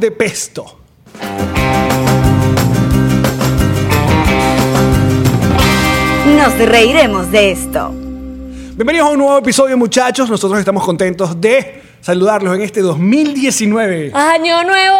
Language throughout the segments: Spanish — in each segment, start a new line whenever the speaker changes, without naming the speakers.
de pesto.
Nos reiremos de esto.
Bienvenidos a un nuevo episodio, muchachos. Nosotros estamos contentos de saludarlos en este 2019.
Año nuevo.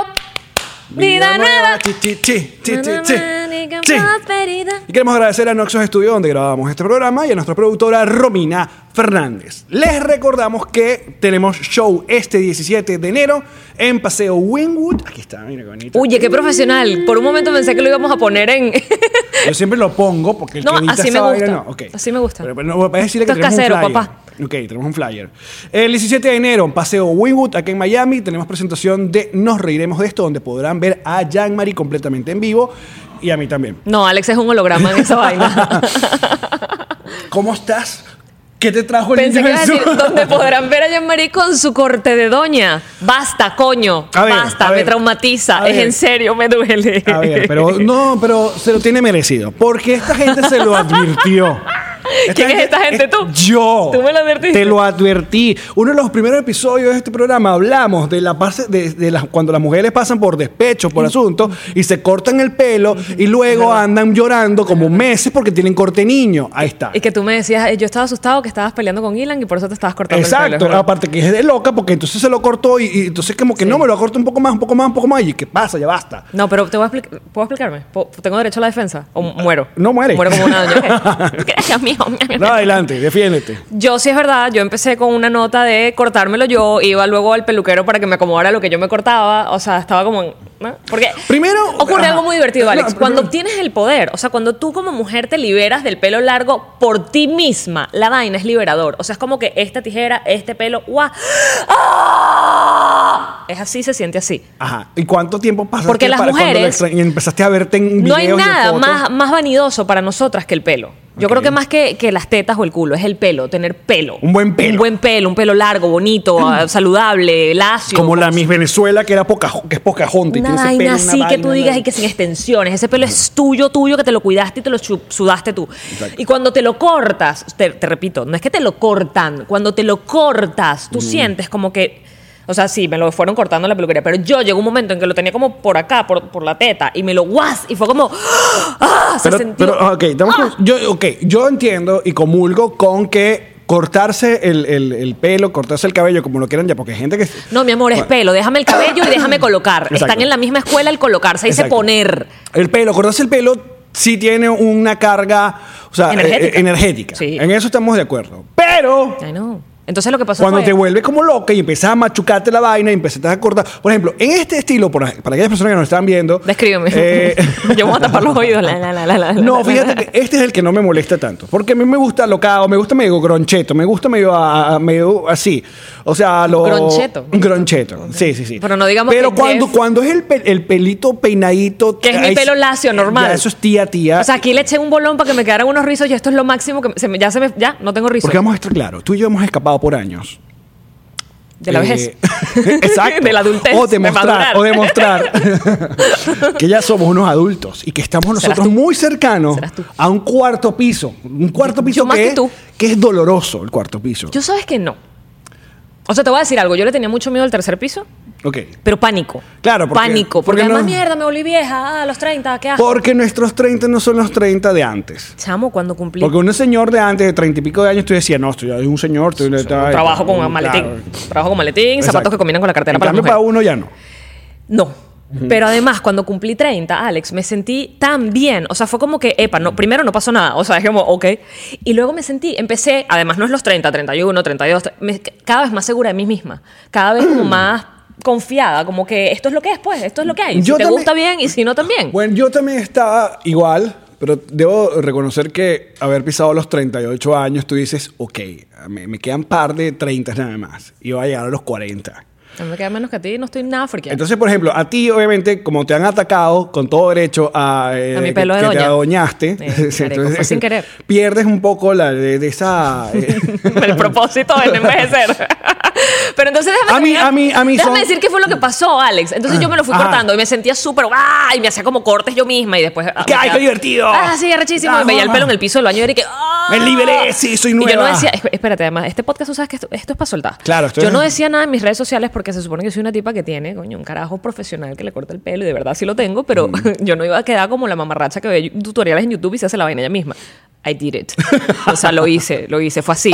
Vida nueva.
Chi, chi, chi, chi, chi,
Una
chi.
manica
Chi.
prosperidad.
Y queremos agradecer a Noxos Studio, donde grabamos este programa, y a nuestra productora Romina Fernández. Les recordamos que tenemos show este 17 de enero en Paseo Wynwood. Aquí está, mira qué bonito.
Oye, qué profesional. Por un momento pensé que lo íbamos a poner en.
Yo siempre lo pongo porque el
No,
que edita
así
esa
me
vaina,
gusta.
no, ok.
Así me gusta.
Pero, pero no, voy a decirle que
Esto
tenemos
es
un
casero,
flyer.
papá.
Ok, tenemos un flyer. El 17 de enero, en Paseo Wynwood, aquí en Miami, tenemos presentación de Nos Reiremos de Esto, donde podrán ver a Jean-Marie completamente en vivo y a mí también.
No, Alex es un holograma en esa vaina.
¿Cómo estás? ¿Qué te trajo el
Pensé
niño
que iba a
Jesús?
decir donde podrán ver a Jean-Marie con su corte de doña. Basta, coño.
A ver,
Basta,
a
me
ver,
traumatiza.
a
Es
ver.
en serio, me duele.
A ver, pero no, pero se lo tiene merecido. Porque esta gente se lo advirtió.
¿Quién es esta gente? ¿Tú?
Yo.
¿Tú me lo advertiste?
Te lo advertí. Uno de los primeros episodios de este programa hablamos de la parte de, de las- cuando las mujeres pasan por despecho,
Mm.
por asunto, y se cortan el pelo y luego andan llorando como meses porque tienen corte niño. Ahí está.
Y que tú me decías, eh, yo estaba asustado que estabas peleando con Ilan y por eso te estabas cortando el pelo.
Exacto,
es verdad.
aparte que es de loca porque entonces se lo cortó y, y entonces como que no, me lo corto un poco más, un poco más, un poco más y ¿qué pasa? Ya basta.
No, pero te voy a explicar. ¿Puedo explicarme? ¿Puedo- ¿Tengo derecho a la defensa? ¿O mu- muero?
No mueres.
Muero como una doña. Gracias, mijo.
No, adelante, defiéndete.
Yo sí es verdad, yo empecé con una nota de cortármelo yo, iba luego al peluquero para que me acomodara lo que yo me cortaba, o sea, estaba como en- ¿no? Porque
Primero-
ocurre
ajá.
algo muy divertido,
No,
Alex.
primero-
cuando obtienes el poder, o sea, cuando tú como mujer te liberas del pelo largo por ti misma, la vaina es liberador. O sea, es como que esta tijera, este pelo, ¡guau! ¡Ah! Es así, se siente así.
Ajá. ¿Y cuánto tiempo pasaste
Porque las
para cuando lo
mujeres-
extra- y empezaste a verte en videos
No hay
y en
nada
fotos?
más, más vanidoso para nosotras que el pelo. Yo
Ok.
creo que más que, que las tetas o el culo, es el pelo, tener pelo.
Un buen pelo.
Un buen pelo, un pelo largo, bonito, ah, saludable, lacio.
Como la Miss Venezuela, que, era poca, que es Pocahontas. y
Una
tiene ese
vaina
pelo,
así
una
que tú
vaina,
digas
una-
y que sin extensiones. Ese pelo es tuyo, tuyo, que te lo cuidaste y te lo chu- sudaste tú. Y cuando te lo cortas, te, te repito, no es que te lo cortan, cuando te lo cortas,
Mm.
tú sientes como que. O sea, sí, me lo fueron cortando en la peluquería, pero yo llegó un momento en que lo tenía como por acá, por, por la teta, y me lo guas, y fue como. ¡Ah! Se
Pero,
sintió-
pero, ok, estamos
Ah.
con- yo, ok, yo entiendo y comulgo con que cortarse el, el- el pelo, cortarse el cabello, como lo quieran ya, porque hay gente que...
No, mi amor, es
Bueno.
pelo. Déjame el cabello y déjame colocar.
Exacto.
Están en la misma escuela el colocarse. Dice
Exacto.
poner.
El pelo, cortarse el pelo sí tiene una carga, o sea,
Energética.
eh, eh, energética.
Sí.
En eso estamos de acuerdo. Pero...
Ay, no. Entonces lo que pasó
Cuando
fue...
te vuelves como loca y empiezas a machucarte la vaina y empiezas a cortar. Por ejemplo, en este estilo, por- para aquellas personas que nos están viendo.
Descríbeme.
eh,
Yo me voy a tapar los oídos. La, la, la, la, la,
no,
la,
fíjate
la.
que este es el que no me molesta tanto. Porque a mí me gusta locado, me gusta medio groncheto, me gusta medio, a- a- medio así. O sea, lo.
Groncheto.
Groncheto. Sí, sí, sí.
Pero no digamos
Pero
que
cuando,
Jeff-
cuando es el, pe- el pelito peinadito.
Que es mi
ahí-
pelo lacio, normal.
ya eso es tía, tía.
O sea, aquí le eché un bolón para que me quedaran unos rizos y esto es lo máximo que se me- ya se me ya no tengo rizos
porque vamos a estar claros, tú y yo hemos escapado por años.
de la
Eh,
vejez.
Exacto.
de la adultez.
O
de
demostrar,
madurar.
o demostrar que ya somos unos adultos y que estamos
Serás
nosotros
tú.
muy cercanos
Serás tú.
a un cuarto piso. Un cuarto piso
más
que,
que
es-
tú.
que es doloroso, el cuarto piso.
Yo sabes que no. O sea, te voy a decir algo, yo le tenía mucho miedo al tercer piso,
ok.
pero pánico.
Claro, porque-
pánico,
porque
porque, además
no-
mierda, me volví vieja, ah, a los 30, qué asco.
Porque nuestros 30 no son los 30 de antes.
Chamo, cuando cumplí
Porque un señor de antes, de 30 y pico de años, tú decías, no, estoy es un señor. estoy-
Un trabajo con
claro.
maletín. Trabajo con maletín,
Exacto.
zapatos que combinan con la cartera
En
para la
cambio,
mujer.
para uno ya no.
No. Pero además, cuando cumplí 30, Alex, me sentí tan bien. O sea, fue como que, epa, no, primero no pasó nada. O sea, es como, ok. Y luego me sentí, empecé, además no es los 30, 31, 32, tre- me- cada vez más segura de mí misma. Cada vez como más confiada, como que esto es lo que es, pues, esto es lo que hay.
Yo
si te
también-
gusta bien y si no también.
Bueno, yo también estaba igual, Pero debo reconocer que haber pisado los 38 años, tú dices, ok, me, me quedan par de 30 nada más. Y voy a llegar a los 40.
No me queda menos que a ti, no estoy nada friqueada.
Entonces, por ejemplo, a ti, obviamente, como te han atacado con todo derecho a, eh,
A mi pelo
que,
de
que te
doña.
adoñaste,
Eh, marico, fue sin querer.
pierdes un poco la de, de esa. eh,
el propósito de no envejecer. Pero entonces déjame,
A mí-
terminar-
a mí- a mí
déjame
son-
decir qué fue lo que pasó, Alex. Entonces yo me lo fui
Ajá.
cortando y me sentía súper ¡guau! y me hacía como cortes yo misma y después. ah,
¡Qué
me
ay,
quedaba-
qué divertido!
Ah, sí, arrechísimo.
Ah,
Y veía el
mamá.
pelo en el piso del baño y era que. ¡ah!
¡Me liberé! Sí, soy
Y yo no
nueva.
decía, esp- espérate, además, este podcast, tú sabes que esto, esto es para soltar.
Claro, esto
Yo
es-
no decía nada en mis redes sociales porque se supone que soy una tipa que tiene, coño, un carajo profesional que le corta el pelo y de verdad sí lo tengo, pero yo no iba a quedar como la mamarracha que ve tutoriales en YouTube y se hace la vaina ella misma. I did it. O sea, lo hice, lo hice, fue así.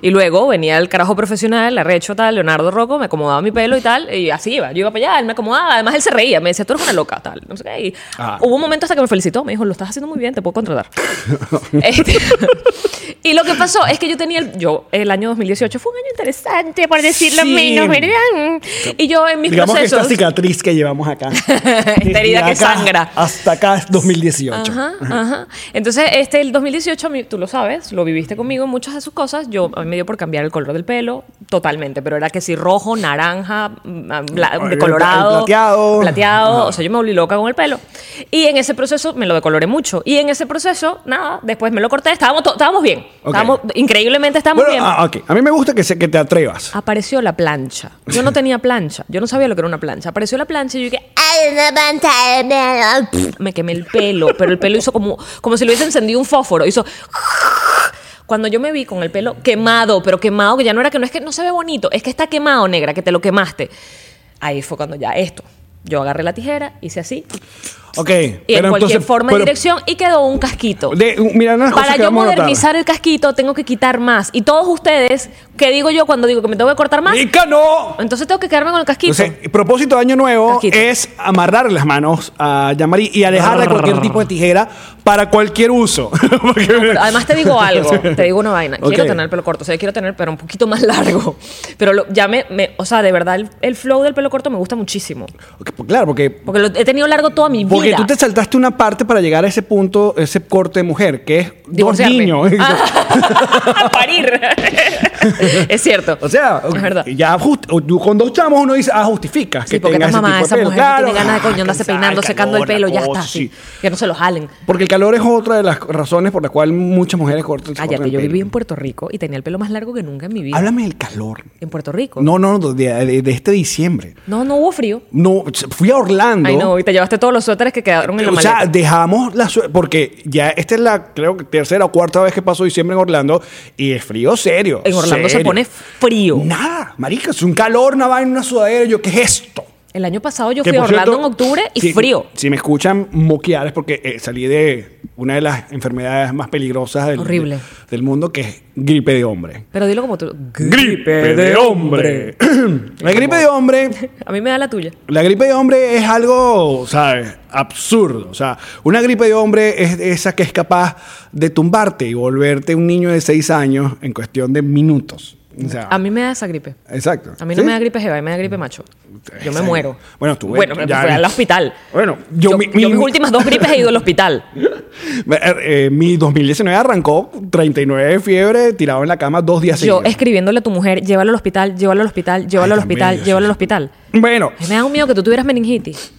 Y luego venía el carajo profesional, arrecho, tal, Leonardo Rocco, me acomodaba mi pelo y tal, y así iba. Yo iba para allá, él me acomodaba, además él se reía, me decía, tú eres una loca, tal. No sé qué. Y
Ah.
hubo un momento hasta que me felicitó, me dijo, lo estás haciendo muy bien, te puedo contratar. Este, y lo que pasó es que yo tenía el, yo el año 2018 fue un año interesante por decirlo
Sí.
menos verdad y yo en mis
Digamos que esta
procesos
cicatriz que llevamos acá.
Esta herida
desde
que
acá
sangra.
Hasta acá es 2018.
Ajá, ajá. Entonces, este, el 2018, a mí- tú lo sabes, lo viviste conmigo en muchas de sus cosas. Yo, a mí me dio por cambiar el color del pelo totalmente, pero era que si rojo, naranja, mm, ah, bla-
El- el
colorado,
plateado.
plateado.
Ajá.
O sea, yo me volví loca con el pelo. Y en ese proceso me lo decoloré mucho. Y en ese proceso, nada, después me lo corté, estábamos, to- estábamos bien.
Ok.
Estábamos, increíblemente estábamos
Bueno,
bien.
ah, ok. A mí me gusta que, se, que te atrevas.
apareció la plancha. Yo no tenía plancha. Yo no sabía lo que era una plancha. Apareció la plancha y yo dije, ¡ay, una plancha de pelo". Me quemé el pelo, pero el pelo hizo como, como si lo hubiese encendido un fósforo. Hizo. Cuando yo me vi con el pelo quemado, pero quemado, que ya no era que no es que no se ve bonito, es que está quemado, negra, que te lo quemaste. Ahí fue cuando ya esto. Yo agarré la tijera, hice así,
Ok.
y en
pero
cualquier
entonces-
forma y
pero-
dirección, y quedó un casquito.
de- mira, una de las
Para
cosas que
yo
vamos a notar.
modernizar el casquito, tengo que quitar más. Y todos ustedes, ¿qué digo yo cuando digo que me tengo que cortar más?
¡Mica, no!
Entonces tengo que quedarme con el casquito.
Entonces, el propósito de Año Nuevo
Casquito.
es amarrar las manos a Yamari y alejarla de cualquier tipo de tijera para cualquier uso. Porque-
Pero además te digo algo, te digo una vaina. Quiero
Ok.
tener el pelo corto, o sea, quiero tener pero un poquito más largo. Pero lo- ya me, me- o sea, de verdad el, el flow del pelo corto me gusta muchísimo,
Ok, pues, Claro, porque,
porque lo he tenido largo toda mi
porque
vida.
tú te saltaste una parte para llegar a ese punto, ese corte de mujer, que es dos
Divorciarme.
niños.
Ah, parir. es cierto.
O sea,
es verdad.
ya just- o tú con dos chamos uno dice, ah, justifica.
Sí, porque
tenga
esta
ese
mamá,
tipo de
esa
pelo.
mujer
Claro.
no tiene ganas de coño
Ah,
andarse
cansada,
peinando, secando el
calor,
pelo,
la
ya
cosa,
está,
oh, sí.
sí. Que no se los jalen.
Porque el calor es otra de las razones por las cuales muchas mujeres cortan se cortan
Cállate,
el
yo
pelo.
viví en Puerto Rico y tenía el pelo más largo que nunca en mi vida.
Háblame del calor.
En Puerto Rico.
No, no, no, de- de- de este diciembre.
no, no hubo frío.
No, fui a Orlando.
Ay, no, y te llevaste todos los suéteres que quedaron en la
o
maleta.
sea, dejamos la suerte, porque ya esta es la, creo que tercera o cuarta vez que paso diciembre en Orlando y es frío serio.
En Orlando se
serio.
pone frío.
Nada, marica, es un calor, una vaina, una sudadera, yo, ¿qué es esto?
El año pasado yo
Que,
fui a
por
Orlando
cierto,
en octubre y
si-
frío.
Si me escuchan moquear es porque eh, salí de una de las enfermedades más peligrosas del,
Horrible.
del mundo, que es gripe de hombre.
Pero dilo como tú.
Gripe de hombre. la gripe de hombre
A mí me da la tuya.
La gripe de hombre es algo, ¿sabes? Absurdo. O sea, una gripe de hombre es esa que es capaz de tumbarte y volverte un niño de seis años en cuestión de minutos. O sea,
A mí me da esa gripe.
Exacto.
A mí no
¿Sí?
me da gripe jeva, me da gripe macho. Yo me
Sí.
muero.
Bueno, tú-
Bueno, me
ya-
fui al hospital.
Bueno, yo
yo,
mi-
yo
mi-
mis últimas dos gripes he ido al hospital.
Eh, eh, mi 2019 arrancó 39 de fiebre, tirado en la cama dos días
Yo
seguidos.
escribiéndole a tu mujer, llévalo al hospital, llévalo al hospital, llévalo
Ay,
al
también,
hospital,
Dios
llévalo al
mío.
hospital.
Bueno,
Ay, Me da un miedo que tú tuvieras meningitis.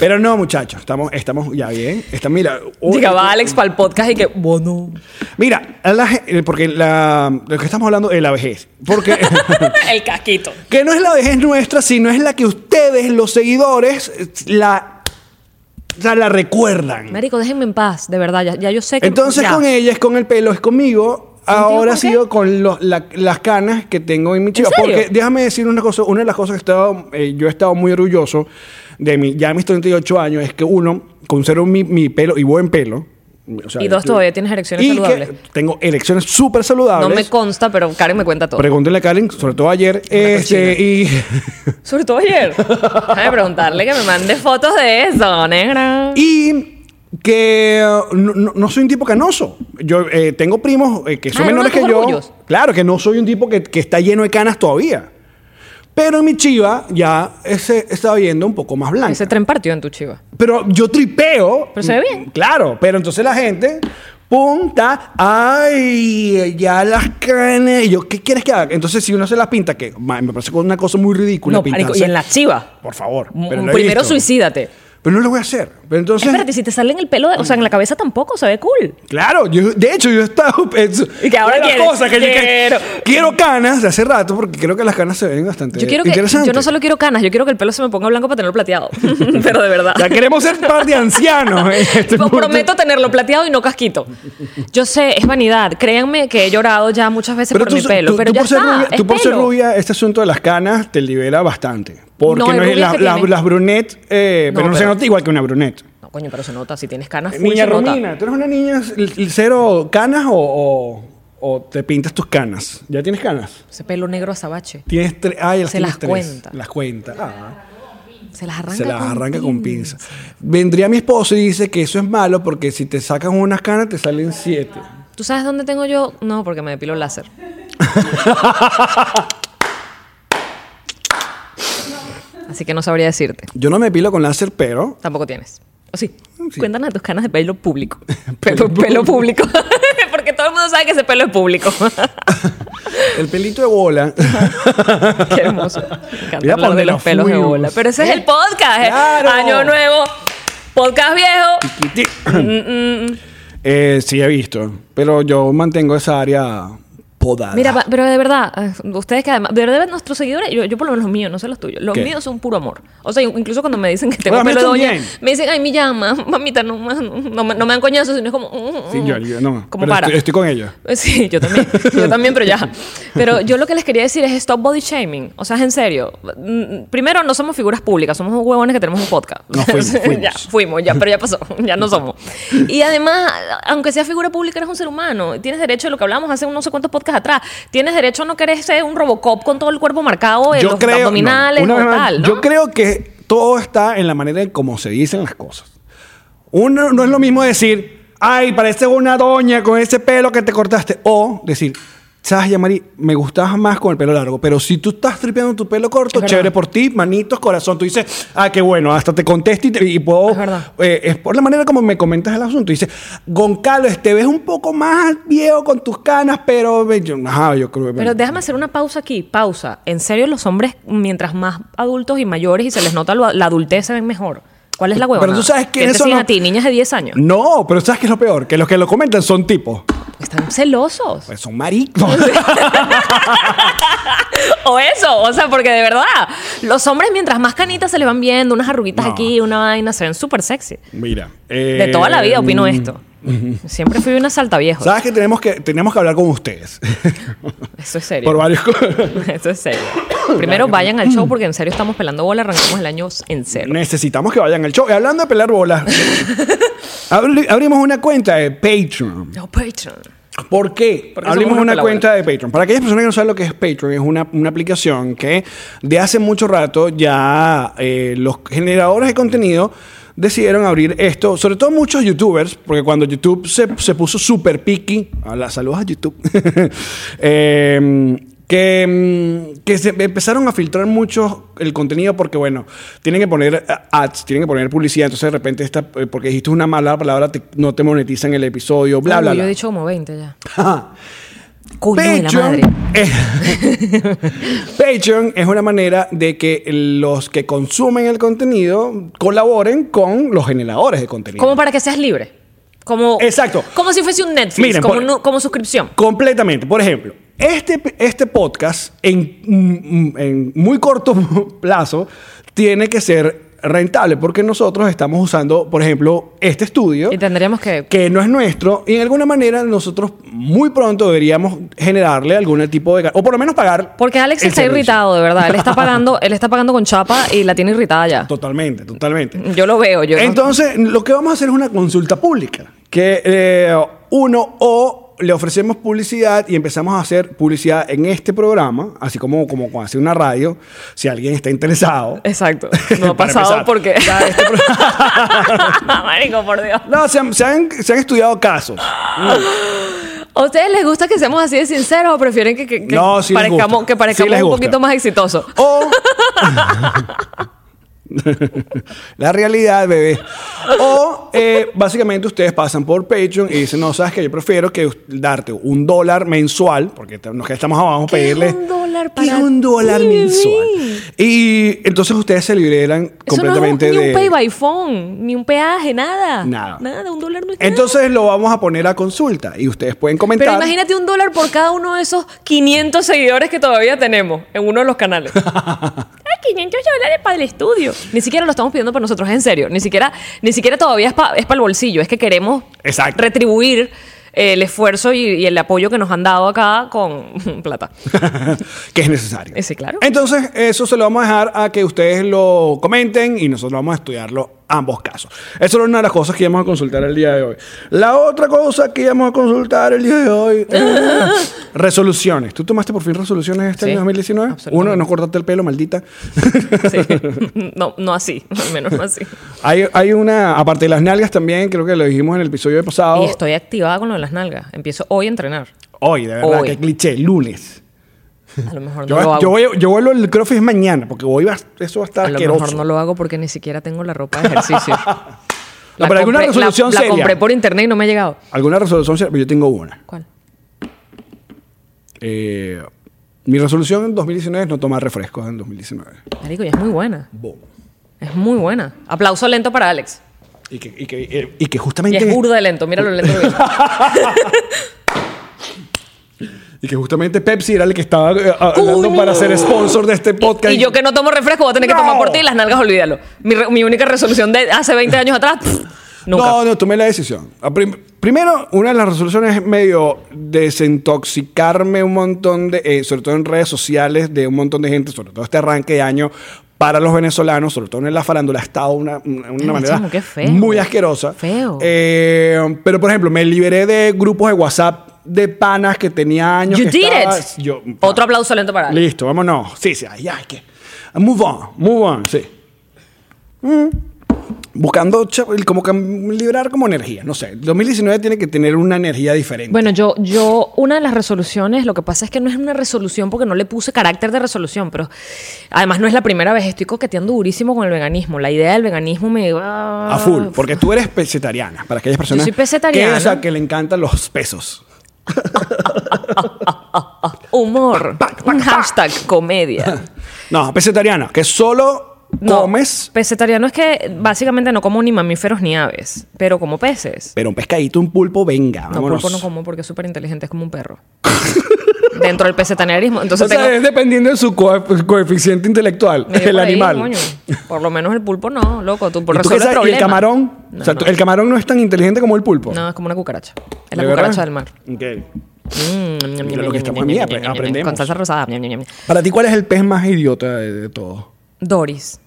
pero no, muchachos, estamos, estamos ya bien. Está, mira, hoy-
Llegaba Alex para el podcast y que, bueno.
Mira, a la ge- eh, porque la, lo que estamos hablando es la vejez. Porque.
el casquito.
Que no es la vejez nuestra, sino es la que ustedes, los seguidores, eh, la, o sea, la recuerdan.
Marico, déjenme en paz, de verdad. Ya, ya yo sé que.
Entonces
ya.
con ella es con el pelo, es conmigo. Ahora
por qué?
sigo con los- la- las canas que tengo en mi chiva.
serio?
Porque déjame decir una cosa, una de las cosas que he estado, eh, yo he estado muy orgulloso de mi, ya a mis 38 años, es que uno, conservo mi, mi pelo y buen pelo. O sea,
Y dos,
yo-
todavía tienes erecciones
y que
saludables.
tengo erecciones súper
No
saludables.
me consta, pero Karen me cuenta todo.
Pregúntenle a Karen, sobre todo ayer. Este, y
Sobre todo ayer. Déjame preguntarle que me mande fotos de eso, negra.
Y que eh, no, no- no soy un tipo canoso. Yo eh, tengo primos eh, que son
Ah, era uno
menores
de
que
tus
yo.
orgullos.
Claro, que no soy un tipo que, que está lleno de canas todavía. Pero en mi chiva ya ese estaba viendo un poco más blanca.
Ese tren partió en tu chiva.
Pero yo tripeo.
Pero se ve bien.
Claro, pero entonces la gente punta, ay, ya las canas. Y yo, ¿qué quieres que haga? Entonces, si uno se las pinta, que ma- me parece una cosa muy ridícula.
No, marico,
pintarse.
y en la chiva.
Por favor.
Mm,
pero lo he
Primero
visto.
suicídate.
Pero no lo voy a hacer. Pero entonces.
Espérate, si te sale en el pelo, de- o sea, en la cabeza tampoco, se ve cool.
Claro, yo, de hecho, yo estaba. es-
Y que ahora
una de las
quieres,
cosas que yo- que-
quiero.
quiero canas de hace rato, porque creo que las canas se ven bastante.
Yo quiero que,
interesantes.
yo no solo quiero canas, yo quiero que el pelo se me ponga blanco para tenerlo plateado. Pero de verdad.
Ya queremos ser par de ancianos. en este
Pro-
punto.
Prometo tenerlo plateado y no casquito. Yo sé, es vanidad. Créanme que he llorado ya muchas veces por mi pelo. pero ya
por ser
está,
rubia,
es
tú por ser
pelo.
rubia, este asunto de las canas te libera bastante. Porque
No, hay
no es-
rubias
la-
que
la-
tienen.
las brunettes, eh,
No,
pero no se
pero-
nota igual que una brunette.
No, coño, pero se nota. Si tienes canas, full
Niña
se nota.
Eh, Romina, ¿tú eres una niña l- cero canas o, o- o te pintas tus canas? ¿Ya tienes canas?
Ese pelo negro azabache.
Tienes tres. Ah, ya
Se
tienes
las
tres.
cuenta.
Las cuenta. Ah.
Se las arranca
se las
con
arranca con pinza.
pinzas.
Vendría mi esposo y dice que eso es malo porque si te sacan unas canas te salen siete.
¿Tú sabes dónde tengo yo? No, porque me depilo láser. Así que no sabría decirte.
Yo no me pilo con láser, pero
Tampoco tienes. ¿O sí?
Ah, Sí.
Cuéntanos de tus canas de pelo público. Pelo, pelo público. porque todo el mundo sabe que ese pelo es público.
el pelito de bola.
Qué hermoso. Me encanta
Mira
hablar
por
de
dónde
los
nos
pelos de
fuimos.
bola. Pero ese es el podcast. ¿eh?
Claro.
Año nuevo. Podcast viejo. Mm,
Eh, sí, he visto. Pero yo mantengo esa área podada.
Mira, pa- pero de verdad, eh, ustedes que además, de verdad nuestros seguidores, yo, yo por lo menos los míos, no sé los tuyos, los
¿Qué?
míos son puro amor. O sea, incluso cuando me dicen que tengo
Bueno, a mí
pelo de olla,
también.
me dicen, ay, mi llama, mamita, no, ma- no, me- no me dan coñazo, sino es como... mm,
Sí,
mm".
yo- yo no,
Como
pero
para.
estoy- estoy con ella.
Eh, Sí, yo también, yo también, pero ya. Pero yo lo que les quería decir es stop body shaming. O sea, es en serio. Mm, Primero, no somos figuras públicas, somos unos huevones que tenemos un podcast.
No, fuimos, fuimos.
ya, fuimos, ya, pero ya pasó, ya no somos. Y además, aunque sea figura pública, eres un ser humano. Tienes derecho a lo que hablamos hace no sé cuántos podcasts atrás. Tienes derecho a no querer ser un Robocop con todo el cuerpo marcado, en los abdominales,
no, una
o
vez más,
tal, ¿no?
Yo creo que todo está en la manera en cómo se dicen las cosas. Uno no es lo mismo decir, ay, pareces una doña con ese pelo que te cortaste. O decir, sabes, Yamari, me gustabas más con el pelo largo. Pero si tú estás tripeando tu pelo corto,
verdad.
chévere por ti, manitos, corazón. Tú dices, ah, qué bueno, hasta te contesto y, te- y puedo.
Es verdad.
eh, es por la manera como me comentas el asunto. Dices, Goncalo, te ves un poco más viejo con tus canas, pero. Yo, ajá, yo creo que.
Pero déjame hacer una pausa aquí, pausa. En serio, los hombres, mientras más adultos y mayores y se les nota lo- la adultez, se ven mejor. ¿Cuál es la huevona?
Pero tú sabes quiénes son los-
a ti, niñas de 10 años.
No, pero ¿sabes qué es lo peor? Que los que lo comentan son tipos.
Están celosos.
Pues son maricos.
O eso, o sea, porque de verdad, los hombres mientras más canitas se les van viendo, unas arruguitas
No.
aquí, una vaina, se ven súper sexy.
Mira. eh,
De toda la vida opino
mm,
esto. Siempre fui una salta viejo.
¿Sabes que tenemos que tenemos que hablar con ustedes?
Eso es serio.
Por varios co-
Eso es serio. Primero vayan al show porque en serio estamos pelando bola, arrancamos el año en cero.
Necesitamos que vayan al show. Y hablando de pelar bolas, abri- abrimos una cuenta de Patreon.
No, Patreon.
¿Por qué?
Porque
Abrimos
somos unos
una
peladores.
cuenta de Patreon. Para aquellas personas que no saben lo que es Patreon, es una, una aplicación que de hace mucho rato ya eh, los generadores de contenido decidieron abrir esto, sobre todo muchos youtubers, porque cuando YouTube se, se puso súper picky, a la- saludos a YouTube, eh, que, mm, que se empezaron a filtrar mucho el contenido porque, bueno, tienen que poner eh, ads, tienen que poner publicidad, entonces de repente, esta, eh, porque dijiste una mala palabra, te- no te monetizan el episodio, bla,
Uy,
bla,
Yo
bla.
he dicho como 20 ya.
Ajá.
Coño de la
Patreon-
madre.
eh, Patreon es una manera de que los que consumen el contenido colaboren con los generadores de contenido.
Como para que seas libre. Como,
Exacto.
Como si fuese un Netflix,
Miren,
como,
por-
nu- como suscripción.
Completamente. Por ejemplo, este, este podcast en, mm, mm, en muy corto plazo tiene que ser rentable porque nosotros estamos usando, por ejemplo, este estudio
Y tendríamos que...
que no es nuestro y en alguna manera nosotros muy pronto deberíamos generarle algún tipo de... ga- O por lo menos pagar...
Porque Alex
el
está
servicio.
irritado, de verdad. Él está pagando, él está pagando con chapa y la tiene irritada ya.
Totalmente, totalmente.
Yo lo veo, yo. no-
Entonces, lo que vamos a hacer es una consulta pública. Que eh, uno o le ofrecemos publicidad y empezamos a hacer publicidad en este programa, así como, como cuando hace una radio, si alguien está interesado.
Exacto. No ha
Para
pasado
empezar.
porque.
Ya, este pro-
Marico, por Dios.
no, se han, se han- se han estudiado casos.
¿A ustedes les gusta que seamos así de sinceros o prefieren que, que- que
No, sí les
parezcamos,
gusta.
que
Sí
parezcamos
les
un
gusta.
poquito más exitosos?
O La realidad, bebé. O eh, básicamente ustedes pasan por Patreon y dicen, no, sabes que yo prefiero que us- darte un dólar mensual, porque te- nos estamos abajo, vamos a
¿Qué es
pedirle.
un dólar
¿Qué es
para
un dólar
ti,
mensual?
bebé?
Y entonces ustedes se liberan
Eso no es un-
completamente
ni un
de.
pay by phone, ni un peaje, nada.
Nada.
Nada, un dólar no es nada.
entonces lo vamos a poner a consulta y ustedes pueden comentar.
Pero imagínate un dólar por cada uno de esos 500 seguidores que todavía tenemos en uno de los canales. ¡Ay, 500 dólares para el estudio! Ni siquiera lo estamos pidiendo para nosotros, es en serio. Ni siquiera, ni siquiera todavía es para el bolsillo. Es que queremos
Exacto.
retribuir eh, el esfuerzo y, y el apoyo que nos han dado acá con plata.
que es necesario.
Eh, sí, claro.
Entonces, eso se lo vamos a dejar a que ustedes lo comenten y nosotros vamos a estudiarlo ambos casos. Eso era una de las cosas que íbamos a consultar el día de hoy. La otra cosa que íbamos a consultar el día de hoy eh, resoluciones. ¿Tú tomaste por fin resoluciones este
Sí,
año 2019? Uno,
absolutamente.
no cortarte el pelo, maldita. Eh.
Sí. No, no así, al menos no así.
hay, hay una, aparte de las nalgas también, creo que lo dijimos en el episodio pasado.
Y estoy activada con lo de las nalgas. Empiezo hoy a entrenar.
Hoy, de verdad,
Hoy.
qué cliché, lunes.
A lo mejor no
Yo,
lo
voy-
hago.
yo, voy- yo vuelvo al CrossFit mañana, porque hoy va, eso va a estar
a lo
asqueroso.
mejor no lo hago porque ni siquiera tengo la ropa de ejercicio.
No, pero alguna
compré-
resolución
la, la
seria.
compré por internet y no me ha llegado.
¿Alguna resolución? Pero yo tengo una.
¿Cuál?
Eh, mi resolución en 2019 es no tomar refrescos en 2019.
Marico, ya es muy buena.
Boom.
Es muy buena. Aplauso lento para Alex.
Y que, y que- eh, y que
Y
justamente...
es burda de lento. Mira lo lento que es.
y que justamente Pepsi era el que estaba eh, hablando
Coño.
para ser sponsor de este podcast.
Y yo que no tomo refresco voy a tener
¡No!
que tomar por ti y las nalgas, olvídalo. Mi, re- mi única resolución de hace 20 años atrás, pff, nunca.
No, no, tomé la decisión. A prim- Primero, una de las resoluciones es medio desintoxicarme un montón de, eh, sobre todo en redes sociales, de un montón de gente, sobre todo este arranque de año para los venezolanos, sobre todo en la farándula, ha estado una, una, una
Ay,
manera
chamo, qué feo.
muy asquerosa.
Feo.
Eh, pero, por ejemplo, me liberé de grupos de WhatsApp de panas que tenía años.
You
que
did
estaba-
it.
Yo-
Otro aplauso lento para Alex.
Listo, vámonos. Sí, sí, ay, ay, que. Move on, move on, sí. Mm. Buscando cha- el- como cam- liberar como energía. No sé, 2019 tiene que tener una energía diferente.
Bueno, yo, yo, una de las resoluciones, lo que pasa es que no es una resolución porque no le puse carácter de resolución, pero además no es la primera vez, estoy coqueteando durísimo con el veganismo. La idea del veganismo me.
a full, porque tú eres pescetariana, para aquellas personas
soy pescetariana.
Que, o sea, que le encantan los pesos.
Humor. Un hashtag comedia.
No, pescetariana, que solo
No,
comes,
Pescetariano es que básicamente no como ni mamíferos ni aves, pero como peces.
pero un pescadito, un pulpo, venga,
No,
vámonos.
pulpo no como porque es súper inteligente, es como un perro. Dentro del pescetarianismo. Entonces
o sea,
tengo.
es dependiendo de su coe- coeficiente intelectual,
me dio
el
por ahí,
animal.
coño. Por lo menos el pulpo no, loco. Tú por
¿Y tú qué
resolver
sabes? ¿Y el
problemas.
camarón?
No,
o sea,
no.
tú- el camarón no es tan inteligente como el pulpo.
No, es como una cucaracha. Es la
¿De
cucaracha
verdad?
del mar.
Ok.
Mm,
Mira lo que estamos- mira, apre- aprendemos.
Con salsa rosada.
Para ti, ¿cuál es el pez más idiota de, de todos?
Doris.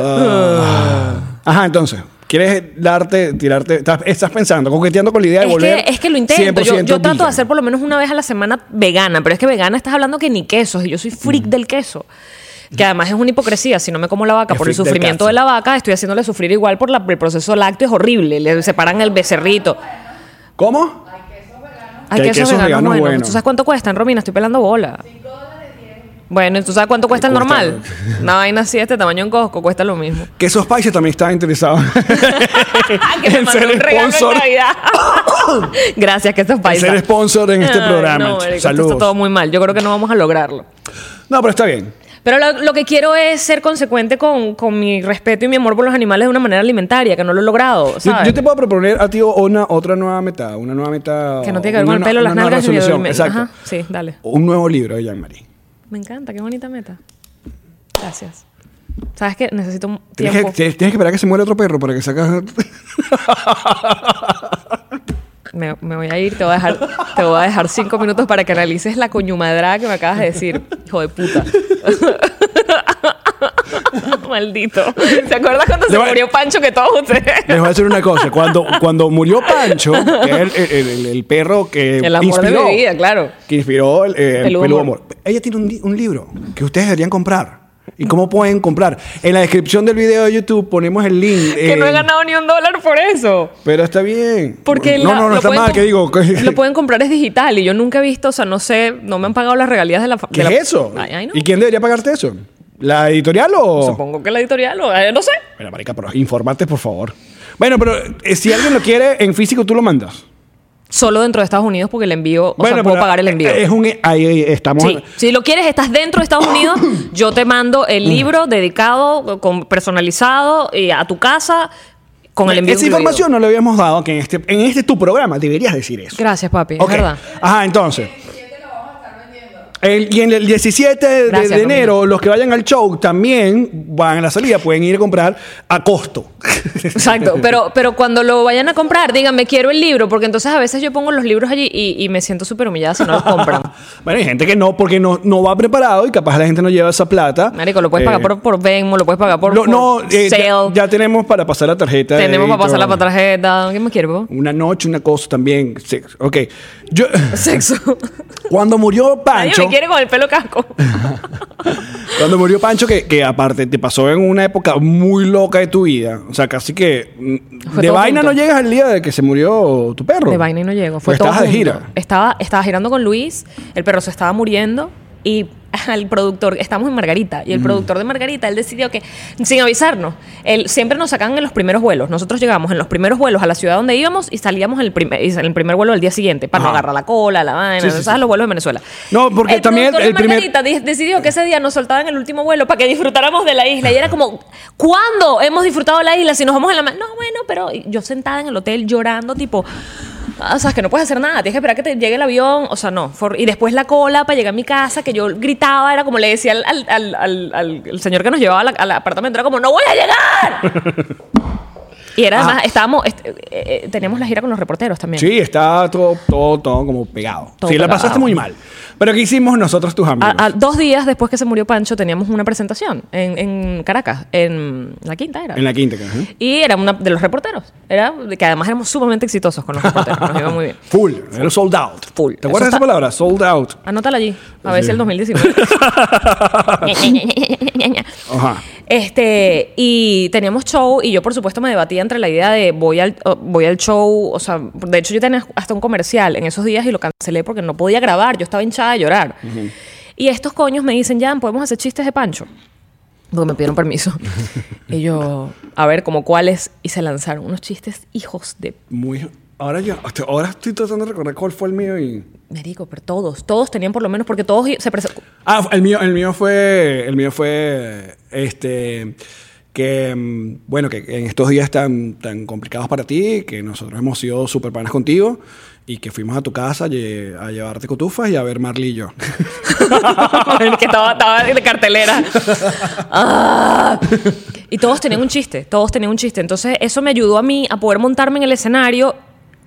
Ah.
Ajá, entonces, ¿quieres darte, tirarte? Estás, estás pensando, coqueteando con la idea de
Es que,
volver.
es que lo intento. Yo,
100%
yo trato de
vegan.
hacer por lo menos una vez a la semana vegana, pero es que vegana estás hablando que ni quesos, y yo soy
Mm.
freak del queso. Que además es una hipocresía. Si no me como la vaca
Es
por el
freak del
sufrimiento
queso.
de la vaca, estoy haciéndole sufrir igual por la- el proceso lácteo. Es horrible. Le separan el becerrito.
¿Cómo?
Hay
Que hay
quesos
quesos
veganos,
veganos
buenos.
buenos.
¿Tú sabes cuánto cuestan, Romina? Estoy pelando bola. Bueno, ¿y ¿tú sabes cuánto cuesta el
cuesta-
normal? Una vaina así de este tamaño en Costco cuesta lo mismo.
Que esos países también estaban interesados
Ah, que me
en
mandó
ser
un regalo en
sponsor.
Navidad. Gracias, que esto es
en
paisa.
ser sponsor en este
Ay,
programa.
No, marico, esto
Saludos.
está todo muy mal. Yo creo que no vamos a lograrlo.
No, pero está bien.
Pero lo, lo que quiero es ser consecuente con, con mi respeto y mi amor por los animales de una manera alimentaria, que no lo he logrado,
Yo,
¿sabes?
yo te puedo proponer a ti una, otra nueva meta, una nueva meta.
Que no tiene que ver
una
con el
nu-
pelo,
una
las
nueva
nalgas ni el
resolución.
dormir.
Exacto.
Ajá, sí, dale.
Un nuevo libro de Jean-Marie.
Me encanta, qué bonita meta. Gracias. ¿Sabes qué? Necesito un
Tienes que,
tiempo.
tienes que esperar a que se muera otro perro para que sacas.
Me, me voy a ir, te voy a, dejar, te voy a dejar cinco minutos para que analices la coñumadrada que me acabas de decir. Hijo de puta. Maldito. ¿Te acuerdas cuando se
Le voy-
murió Pancho que todos ustedes?
Les voy a decir una cosa. Cuando, cuando murió Pancho, que es el, el- el- el perro que
El amor
inspiró,
de mi vida, claro.
que inspiró el, el
Peludo
Peludo
Amor.
Amor. Ella tiene un, li- un libro que ustedes deberían comprar. ¿Y cómo pueden comprar? En la descripción del video de YouTube ponemos el link.
Que no he
eh,
ganado ni un dólar por eso.
Pero está bien.
Porque
no,
la-
no, no
lo
está
pueden
mal,
com-
que digo.
Lo pueden comprar es digital y yo nunca he visto, o sea, no sé, no me han pagado las regalías de la. fa-
¿Qué
de la-
es eso?
Ay, ay, no.
¿Y quién debería pagarte eso? ¿La editorial o...?
Supongo que la editorial, o, eh, no sé.
Mira, marica, pero infórmate, por favor. Bueno, pero eh, si alguien lo quiere en físico, tú lo mandas.
Solo dentro de Estados Unidos porque el envío, o
bueno,
sea, puedo
pero eh,
pagar el envío.
Es un... Ahí ahí estamos...
Sí, si lo quieres, estás dentro de Estados Unidos, yo te mando el libro dedicado, con, personalizado, eh, a tu casa, con el envío
Esa
incluido.
información no la habíamos dado, que en este, en este tu programa deberías decir eso.
Gracias, papi,
Ok.
es verdad.
Ajá, entonces. El- y en el 17 de,
Gracias,
de
Romina.
enero, los que vayan al show también van a la salida, pueden ir a comprar a costo.
Exacto, pero, pero cuando lo vayan a comprar, díganme, quiero el libro, porque entonces a veces yo pongo los libros allí y, y me siento súper humillada si no los compran.
bueno, hay gente que no, porque no, no va preparado y capaz la gente no lleva esa plata.
Marico, lo puedes
Eh,
pagar por, por Venmo, lo puedes pagar por,
lo-
por
no, eh, ya-
Zelle.
ya, tenemos para pasar la tarjeta. de
Tenemos para
débito.
pasar la tarjeta. ¿Qué más quiero?
Una noche, una cosa también. sexo. Ok. Yo,
Sexo.
cuando murió
Nadie
Pancho.
me quiere con el pelo casco.
Cuando murió Pancho, que, que aparte te pasó en una época muy loca de tu vida. O sea, casi que mm,
Fue
de
todo
vaina
junto.
no llegas al día de que se murió tu perro.
De vaina y no llego. Fue
Pues
todo
estabas de
junto.
gira.
Estaba, estaba girando con Luis, el perro se estaba muriendo y al productor, estamos en Margarita,
Mm.
y el productor de Margarita, él decidió que, sin avisarnos, él, siempre nos sacaban en los primeros vuelos. Nosotros llegamos en los primeros vuelos a la ciudad donde íbamos y salíamos en el primer, en el primer vuelo del día siguiente para no
Ajá.
agarrar la cola, la vaina,
Sí, sí,
¿sabes?
sí.
Los vuelos de Venezuela.
No, porque también
productor de
el primer-
Margarita de- decidió que ese día nos soltaban el último vuelo para que disfrutáramos de la isla. Y era como, ¿cuándo hemos disfrutado de la isla? Si nos vamos en la ma- No, bueno, pero yo sentada en el hotel llorando, tipo. ah, O sea, es que no puedes hacer nada, tienes que esperar que te llegue el avión, o sea, no. for- y después la cola para llegar a mi casa, que yo gritaba, era como le decía al, al- al- al- al- el señor que nos llevaba a la- al apartamento, era como, ¡no voy a llegar! y era además, estábamos, este, eh, eh, teníamos la gira con los reporteros también.
Ah. Sí, está todo, todo, todo como pegado.
Todo
sí, la
pegado.
pasaste muy mal. Pero ¿qué hicimos nosotros, tus amigos?
A- a- dos días después que se murió Pancho teníamos una presentación en, en Caracas, en la quinta era.
en la quinta. ¿eh? ajá.
Y era una de los reporteros. Era de que además éramos sumamente exitosos con los reporteros. nos iba muy bien.
Full, era sold out.
Full.
¿Te acuerdas de
Eso
esa
está-
palabra? Sold out.
Anótala allí. A ver
Sí.
si el 2019.
Ajá.
Este, y teníamos show y yo por supuesto me debatía entre la idea de voy al, o- voy al show, o sea, de hecho yo tenía hasta un comercial en esos días y lo cancelé porque no podía grabar, yo estaba hinchada de llorar. Y estos coños me dicen, Jan, podemos hacer chistes de Pancho. Porque me pidieron permiso. y yo, a ver, como cuáles, y se lanzaron unos chistes hijos de
Muy... Ahora, yo, hasta ahora estoy tratando de recordar cuál fue el mío y...
Marico, pero todos, todos tenían por lo menos, porque todos se presen-
Ah, el mío, el mío fue. El mío fue. Este. Que mm, bueno, que en estos días tan, tan complicados para ti, que nosotros hemos sido super panas contigo y que fuimos a tu casa lle- a llevarte cotufas y a ver Marley y yo.
El que estaba, estaba de cartelera. Ah. Y todos tenían un chiste, todos tenían un chiste. Entonces eso me ayudó a mí a poder montarme en el escenario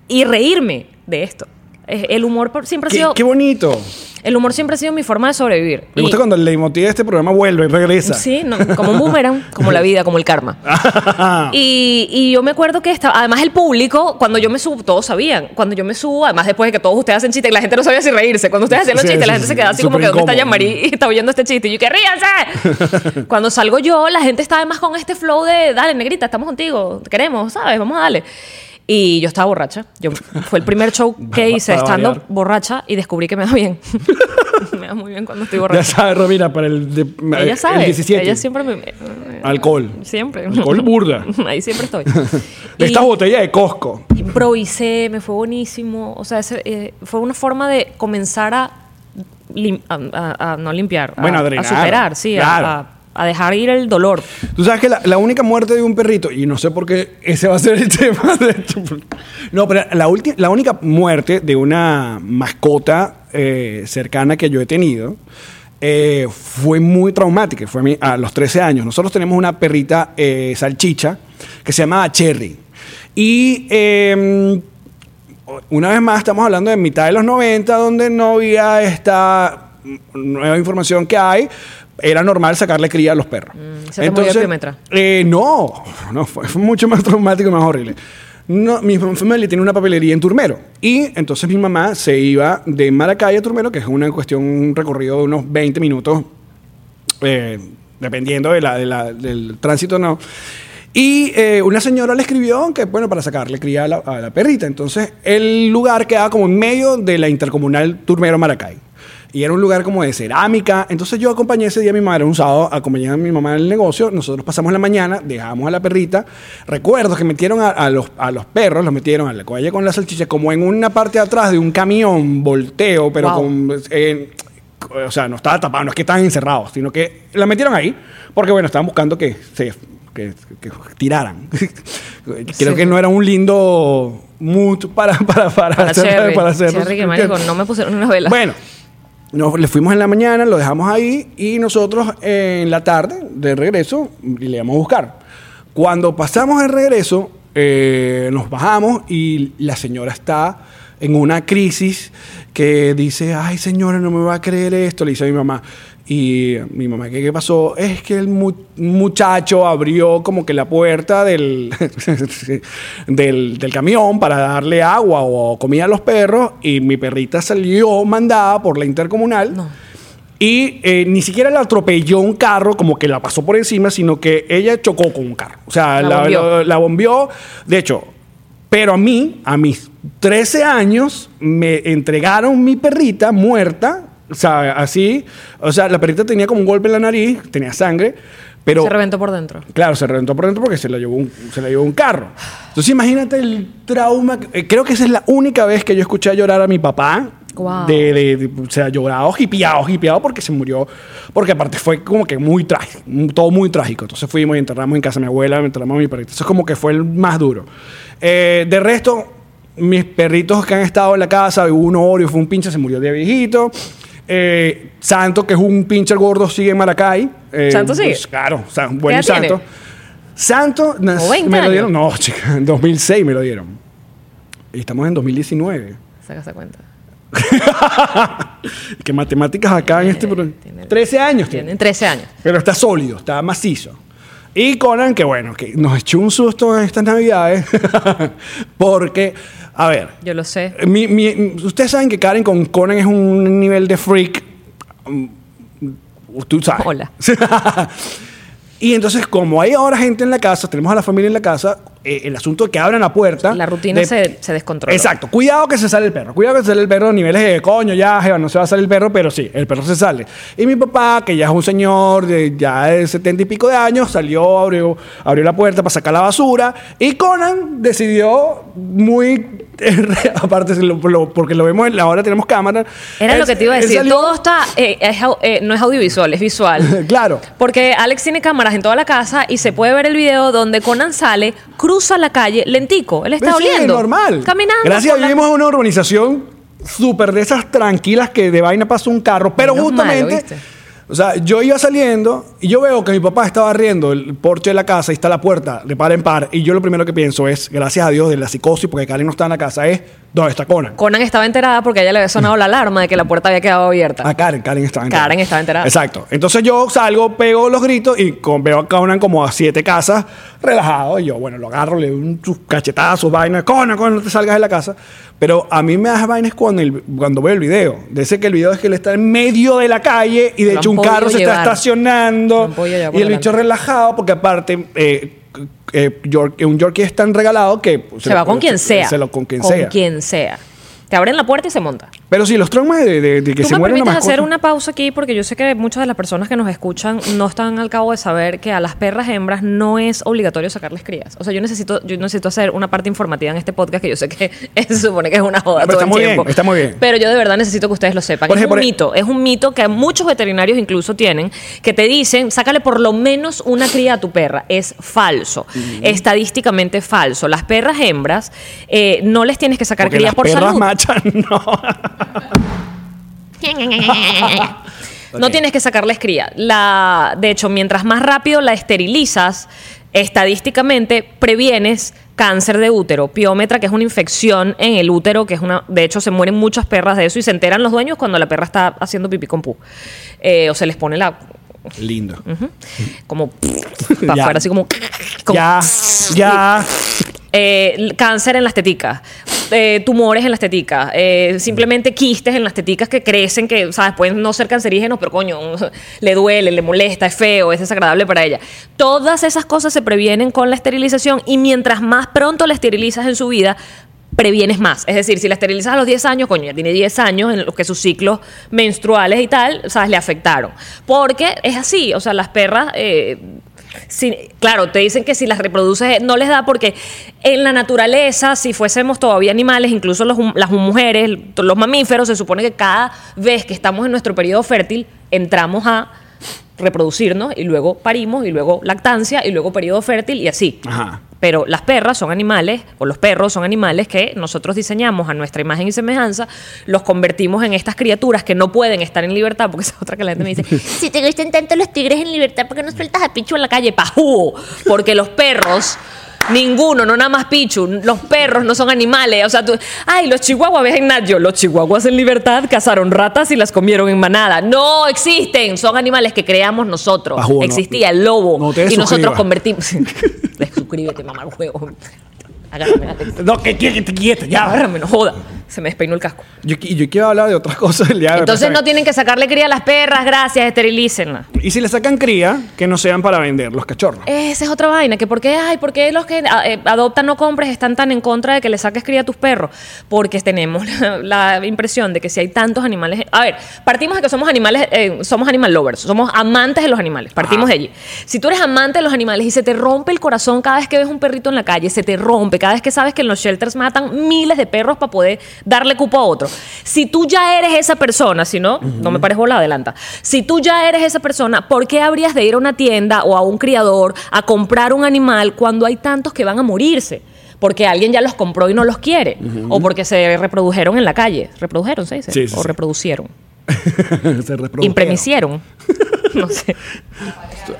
y reírme de esto. Es- El humor por- siempre ha
qué,
sido,
qué bonito!
el humor siempre ha sido mi forma de sobrevivir.
Me
Y-
gusta cuando el leitmotiv de este programa vuelve y regresa.
Sí, no, como un boomerang, como la vida, como el karma.
Ah.
Y, y yo me acuerdo que estaba, además el público, cuando yo me subo, todos sabían, cuando yo me subo, además después de que todos ustedes hacen chistes, la gente no sabía si reírse, cuando ustedes hacían los
Sí,
chistes,
sí,
la gente
sí,
se quedaba así
súper
como que, ¿dónde está
incómodo.
Yamari? Y está oyendo este chiste, y yo, ¡que ríanse! cuando salgo yo, la gente está además con este flow de, dale, negrita, estamos contigo, te queremos, ¿sabes? Vamos a darle. Y yo estaba borracha. Yo, fue el primer show que hice
Para
estando
variar.
borracha y descubrí que me da bien. me da muy bien cuando estoy borracha.
Ya sabes, Romina, para el, de-
Ella
el
sabe.
17.
Ella siempre me.
Alcohol.
Siempre.
Alcohol burda.
Ahí siempre estoy.
De
Y
estas botellas de Costco.
Improvisé, me fue buenísimo. O sea, ese, eh, fue una forma de comenzar a. lim- a- a- a no limpiar. a-
Bueno, a
a,
drenar.
superar, sí. a-
Claro.
A, a dejar ir el dolor.
Tú sabes que la, la única muerte de un perrito, y no sé por qué ese va a ser el tema de hecho, por- No, pero la, ulti- la única muerte de una mascota eh, cercana que yo he tenido eh, fue muy traumática. Fue a, mí- a los 13 años. Nosotros tenemos una perrita eh, salchicha que se llama Cherry. Y. em, una vez más estamos hablando de mitad de los 90, donde no había esta nueva información que hay. Era normal sacarle cría a los perros.
Mm, se te murió el piometra.
eh, no, no fue, fue mucho más traumático y más horrible. No, mi familia tiene una papelería en Turmero. Y entonces mi mamá se iba de Maracay a Turmero, que es una cuestión, un recorrido de unos 20 minutos eh, dependiendo de la- de la- del tránsito no. Y eh, una señora le escribió que, bueno, para sacarle cría a la, a la perrita. Entonces, el lugar quedaba como en medio de la intercomunal Turmero-Maracay. Y era un lugar como de cerámica. Entonces, yo acompañé ese día a mi madre, un sábado, acompañé a mi mamá en el negocio. Nosotros pasamos la mañana, dejamos a la perrita. Recuerdo que metieron a, a los, a los perros, los metieron a la calle con la salchicha, como en una parte de atrás de un camión volteo, pero
Wow.
con. eh, o sea, no estaba tapado, no es que estaban encerrados, sino que la metieron ahí porque, bueno, estaban buscando que se que, que tiraran. Creo que no era un lindo mood para, para, para,
Para
hacer-
Cherry.
para hacerlo.
Cherry, que marico, no me pusieron una vela.
Bueno, nos, le fuimos en la mañana, lo dejamos ahí y nosotros eh, en la tarde, de regreso, le íbamos a buscar. Cuando pasamos el regreso, eh, nos bajamos y la señora está en una crisis que dice, ay señora, no me va a creer esto, le dice a mi mamá. Y mi mamá, ¿qué, qué pasó? Es que el mu- muchacho abrió como que la puerta del, del, del camión para darle agua o comida a los perros y mi perrita salió mandada por la intercomunal. Y eh, ni siquiera la atropelló un carro, como que la pasó por encima, sino que ella chocó con un carro. O sea,
La
la,
bombió.
la- la bombió. De hecho, pero a mí, a mis 13 años, me entregaron mi perrita muerta. O sea, así. O sea, la perrita tenía como un golpe en la nariz, tenía sangre. Pero
Se reventó por dentro.
Claro, se reventó por dentro porque se la llevó un, se la llevó un carro. Entonces imagínate el trauma. que- eh, Creo que esa es la única vez que yo escuché llorar a mi papá.
Guau.
De, de- de- o sea, llorado, hipiado, hipiado porque se murió. Porque aparte fue como que muy trágico, mm, todo muy trágico. Entonces fuimos y enterramos en casa de mi abuela, enterramos a mi perrito. Eso es como que fue el más duro. Eh, de resto, mis perritos que han estado en la casa, hubo uno Oreo, fue un pinche, se murió de viejito. Eh, Santo, que es un pinche gordo, sigue en Maracay. Eh,
¿Santo sigue?
pues, claro, o sea, bueno,
edad
y Santo.
tiene?
Santo, nas-
¿O 20
me lo
años?
dieron. No, chica, en 2006 me lo dieron. Y estamos en 2019.
Saca esa cuenta.
¿Qué matemáticas acá en este? pro-
tiene-
13 años tiene.
Tienen 13 años.
Pero está sólido, está macizo. Y Conan, que bueno, que nos echó un susto en estas navidades. porque, a ver,
Yo lo sé.
mi- mi- ustedes saben que Karen con Conan es un nivel de freak. mm, Tú sabes.
Hola.
y entonces, como hay ahora gente en la casa, tenemos a la familia en la casa, eh, el asunto de que abran la puerta.
La rutina
de-
se, se descontrola.
Exacto, cuidado que se sale el perro, cuidado que se sale el perro, niveles de coño, ya, jeva, no se va a salir el perro, pero sí, el perro se sale. Y mi papá, que ya es un señor de ya de setenta y pico de años, salió, abrió, abrió la puerta para sacar la basura y Conan decidió muy, aparte se lo- lo- porque lo vemos, en la- ahora tenemos cámara.
Era
Él-
lo que te iba a
él
decir.
salió-
Todo está. eh, es au- eh, no es audiovisual, es visual.
claro.
Porque Alex tiene cámaras en toda la casa y se puede ver el video donde Conan sale, cruza la calle, lentico. Él está
Pues Sí,
oliendo.
normal.
Caminando.
Gracias,
por la-
vivimos en una urbanización súper de esas tranquilas que de vaina pasa un carro, pero
Menos mal,
justamente.
¿oíste?
o sea, yo iba saliendo y yo veo que mi papá estaba barriendo el porche de la casa y está la puerta de par en par. Y yo lo primero que pienso es, gracias a Dios de la psicosis, porque Karen no está en la casa, es ¿dónde está Conan?
Conan estaba enterada porque a ella le había sonado la alarma de que la puerta había quedado abierta.
A Ah, Karen, Karen estaba enterada.
Karen estaba enterada.
Exacto. Entonces yo salgo, pego los gritos y con- veo a Conan como a siete casas, relajado. Y yo, bueno, lo agarro, le doy un- sus cachetazos, sus vainas. Conan, Conan, no te salgas de la casa. Pero a mí me das vainas cuando, el- cuando veo el video. De ese que el video es que él está en medio de la calle y de
Lo
hecho
han
un carro se
podido
está
llevar.
estacionando.
Lo han podido llevar por
y el bicho
delante.
relajado porque aparte... eh, eh, York- un Yorkie es tan regalado que pues,
se
lo-
va con quien sea.
se lo- con quien sea.
quien sea. Te abren la puerta y se monta.
Pero sí, los traumas de, de- de que
¿Tú
se
me
mueren
permites hacer una pausa aquí? Porque yo sé que muchas de las personas que nos escuchan no están al cabo de saber que a las perras hembras no es obligatorio sacarles crías. O sea, yo necesito, yo necesito hacer una parte informativa en este podcast que yo sé que se supone que es una joda
No, pero
todo
está
el
muy bien,
tiempo.
está muy bien.
Pero yo de verdad necesito que ustedes lo sepan.
Por
es
ejemplo,
un
por- e-
mito, es un mito que muchos veterinarios incluso tienen, que te dicen, sácale por lo menos una cría a tu perra. Es falso, estadísticamente falso. Las perras hembras eh, no les tienes que sacar
Porque
cría
las
por
perras
salud.
machas no.
No tienes que sacarles cría. La, de hecho, mientras más rápido la esterilizas, estadísticamente previenes cáncer de útero, piómetra, que es una infección en el útero, que es una... De hecho, se mueren muchas perras de eso y se enteran los dueños cuando la perra está haciendo pipí con pu. Eh, o se les pone la...
Lindo.
como... para
Ya.
afuera, así como... como
ya, ya.
eh, l- cáncer en las teticas, eh, tumores en las teticas, eh, simplemente quistes en las teticas que crecen, que, ¿sabes? Pueden no ser cancerígenos, pero coño, le duele, le molesta, es feo, es desagradable para ella. Todas esas cosas se previenen con la esterilización y mientras más pronto la esterilizas en su vida, previenes más. Es decir, si la esterilizas a los 10 años, coño, ya tiene 10 años en los que sus ciclos menstruales y tal, ¿sabes? Le afectaron. Porque es así, o sea, las perras... eh, si- claro, te dicen que si las reproduces eh, no les da porque en la naturaleza, si fuésemos todavía animales, incluso los hum- las mujeres, los mamíferos, se supone que cada vez que estamos en nuestro periodo fértil, entramos a reproducirnos y luego parimos y luego lactancia y luego periodo fértil y así.
Ajá.
Pero las perras son animales, o los perros son animales que nosotros diseñamos a nuestra imagen y semejanza, los convertimos en estas criaturas que no pueden estar en libertad, porque esa es otra que la gente me dice, si te gustan tanto los tigres en libertad, ¿por qué no sueltas a Pichu en la calle? ¡Pajú! Porque los perros... Ninguno, no nada más Pichu. Los perros no son animales. O sea, tú. Ay, los chihuahuas, ves en Nacho. Los chihuahuas en libertad cazaron ratas y las comieron en manada. No existen. Son animales que creamos nosotros.
Pajú, no-
Existía el lobo.
no te
y nosotros
suscribas.
convertimos. Suscríbete, mamá, huevo. Agárrame, Alex.
No, que quieta, quieta,
Ya,
ya.
agárrame, no joda. Se me despeinó el casco.
Yo, qui- yo quiero hablar de otras cosas del día de hoy,
Entonces
pero
no
está
tienen que sacarle cría a las perras, gracias, esterilícenla.
bien. Y si le sacan cría, que no sean para vender los cachorros.
Esa es otra vaina, que por qué, ay, por qué los que a- eh, adoptan no compres están tan en contra de que le saques cría a tus perros, porque tenemos la, la impresión de que si hay tantos animales, a ver, partimos de que somos animales, eh, somos animal lovers, somos amantes de los animales, partimos de allí. Si tú eres amante de los animales y se te rompe el corazón cada vez que ves un perrito en la calle, se te rompe, cada vez que sabes que en los shelters matan miles de perros para poder darle cupo a otro. Si tú ya eres esa persona, si no, no me pares bola, adelanta. Si tú ya eres esa persona, ¿por qué habrías de ir a una tienda o a un criador a comprar un animal cuando hay tantos que van a morirse? Porque alguien ya los compró y no los quiere. O porque se reprodujeron en la calle. ¿Reprodujeron, se dice?
Sí, sí,
o
sí.
reproducieron.
Se reprodujeron.
Impremisieron. no sé.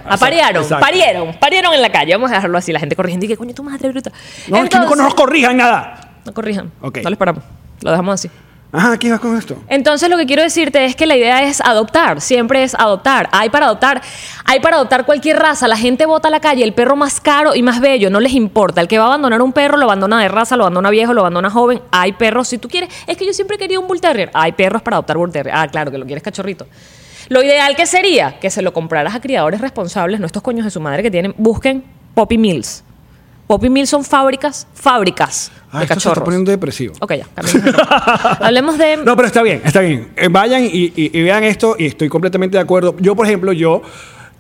Aparearon.
Exacto.
Parieron. Parieron en la calle. Vamos a dejarlo así. La gente corriendo y que, coño, tu madre bruta.
No, es que no
Entonces-
nos corrijan nada.
no corrijan.
Ok.
No les paramos. Lo dejamos así.
Ajá, ¿qué vas con esto?
Entonces lo que quiero decirte es que la idea es adoptar, siempre es adoptar. Hay para adoptar, hay para adoptar cualquier raza. La gente bota a la calle el perro más caro y más bello, no les importa. El que va a abandonar un perro lo abandona de raza, lo abandona viejo, lo abandona joven. Hay perros, si tú quieres, es que yo siempre quería un bull terrier. Hay perros para adoptar bull terrier. Ah, claro, que lo quieres cachorrito. Lo ideal que sería que se lo compraras a criadores responsables, no estos coños de su madre que tienen, busquen Poppy Mills. Poppy Mills son fábricas, fábricas
Ah,
de
esto se está
cachorros.
poniendo depresivo.
Ok, ya. cambiemos de tema. Hablemos de...
No, pero está bien, está bien. Eh, vayan y, y- y vean esto y estoy completamente de acuerdo. Yo, por ejemplo, yo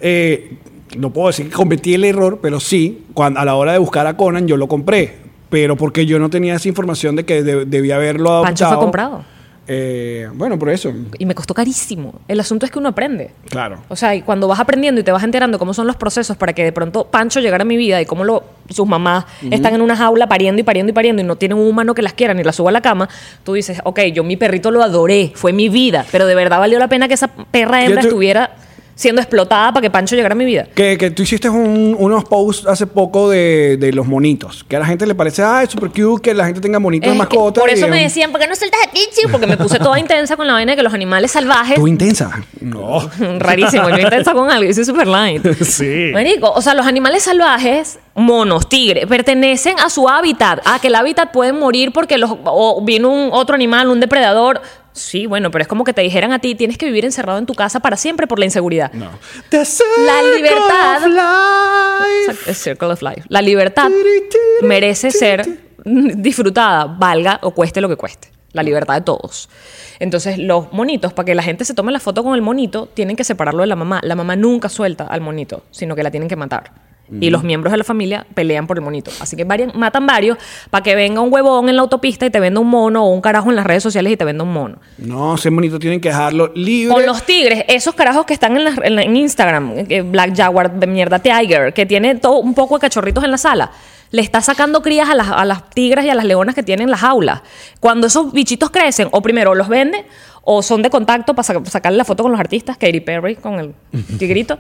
eh, no puedo decir que cometí el error, pero sí, cuando, a la hora de buscar a Conan yo lo compré, pero porque yo no tenía esa información de que de- debía haberlo adoptado.
Pancho fue comprado.
Eh, bueno, por eso,
y me costó carísimo. El asunto es que uno aprende.
claro.
O sea, y cuando vas aprendiendo y te vas enterando cómo son los procesos para que de pronto Pancho llegara a mi vida y cómo lo, sus mamás están en una jaula pariendo y pariendo y pariendo y no tienen un humano que las quiera ni las suba a la cama, tú dices, ok, yo mi perrito lo adoré, fue mi vida, pero de verdad valió la pena que esa perra hembra
te-
estuviera siendo explotada para que Pancho llegara a mi vida.
Que, que tú hiciste un- unos posts hace poco de, de los monitos, que a la gente le parece, ah, es super cute que la gente tenga monitos de
Es que
mascota.
por
y
eso
es
me
un-
decían, ¿por qué no sueltas a Pichu? Porque me puse toda intensa con la vaina de que los animales salvajes
Tú intensa. No.
Rarísimo, yo intensa con algo, yo soy super light.
Sí.
Marico, o sea, los animales salvajes, monos, tigres, pertenecen a su hábitat. Ah, que el hábitat pueden morir porque los, o viene un otro animal, un depredador. Sí, bueno, pero es como que te dijeran a ti, tienes que vivir encerrado en tu casa para siempre por la inseguridad.
No. The circle
libertad.
of life.
Exacto, es circle of life. La libertad
Tiri, tiri,
merece
tiri,
ser
tiri.
disfrutada, valga o cueste lo que cueste. La libertad de todos. Entonces, los monitos, para que la gente se tome la foto con el monito, tienen que separarlo de la mamá. La mamá nunca suelta al monito, sino que la tienen que matar. Y los miembros de la familia pelean por el monito. Así que varian- matan varios para que venga un huevón en la autopista y te venda un mono o un carajo en las redes sociales y te venda un mono.
No, ese monito tienen que dejarlo libre.
Con los tigres, esos carajos que están en, las- en la- en Instagram, que Black Jaguar de mierda Tiger, que tiene todo un poco de cachorritos en la sala, le está sacando crías a las, a las tigras y a las leonas que tienen en las aulas. Cuando esos bichitos crecen, o primero los vende, o son de contacto para sacar sacarle la foto con los artistas, Katy Perry con el tigrito.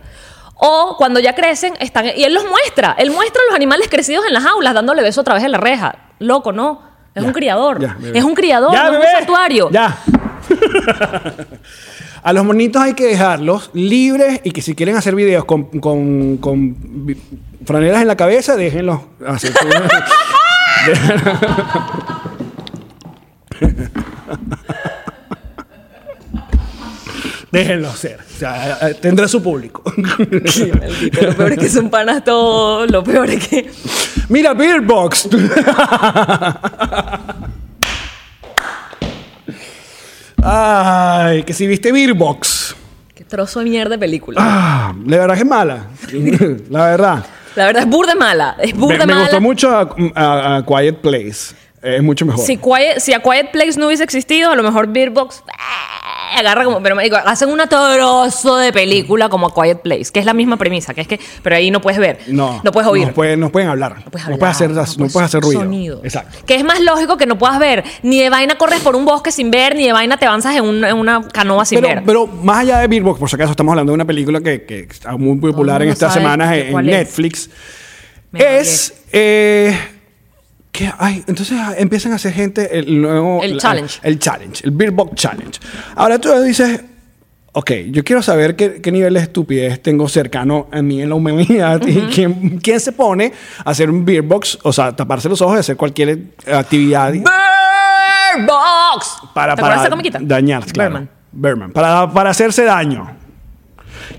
O cuando ya crecen, están. Y él los muestra. Él muestra a los animales crecidos en las aulas, dándole beso a través de la reja. Loco, no. Es
Ya,
un criador.
ya, bebé.
es un criador,
Ya,
no es
bebé.
un santuario.
Ya. A los monitos hay que dejarlos libres y que si quieren hacer videos con, con, con vi- franelas en la cabeza, déjenlos hacer su- Déjenlo ser. O sea, eh, tendrá su público.
Maldito, lo peor es que son panas todos, lo peor es que...
Mira, Beerbox. Ay, que si viste Beerbox.
Qué trozo de mierda de película.
Ah, la verdad que es mala. la verdad.
La verdad es burda mala. Es
Me, me
burda mala.
gustó mucho a, a- a Quiet Place. Es mucho mejor.
Si, Quiet- si a Quiet Place no hubiese existido, a lo mejor Beerbox ¡ah! agarra como. Pero marico, hacen un trozo de película como a Quiet Place, que es la misma premisa, que es que. Pero ahí no puedes ver.
no,
No puedes oír.
No pueden, no pueden hablar. No
puedes
puedes,
hablar,
hacer, no puedes hacer ruido.
Sonido.
Exacto.
Que es más lógico que no puedas ver. Ni de vaina corres por un bosque sin ver, ni de vaina te avanzas en, un- en una canoa sin
Pero,
ver.
pero más allá de Beerbox, por si acaso estamos hablando de una película que, que está muy popular en
mundo
estas
Ah, sabe
semanas
que-
en, en
cuál es.
Netflix,
Me
es... eh, que hay- entonces ah, empiezan a hacer gente el nuevo...
El
la-
challenge.
El challenge, el Beerbox Challenge. Ahora tú dices... Ok, yo quiero saber qué, qué nivel de estupidez tengo cercano a mí en la humanidad y quién, quién se pone a hacer un beerbox, o sea, taparse los ojos y hacer cualquier actividad
Beerbox.
para,
¿Te acuerdas
para
de esa comiquita?
dañar, claro.
Berman.
Berman. Para, para hacerse daño.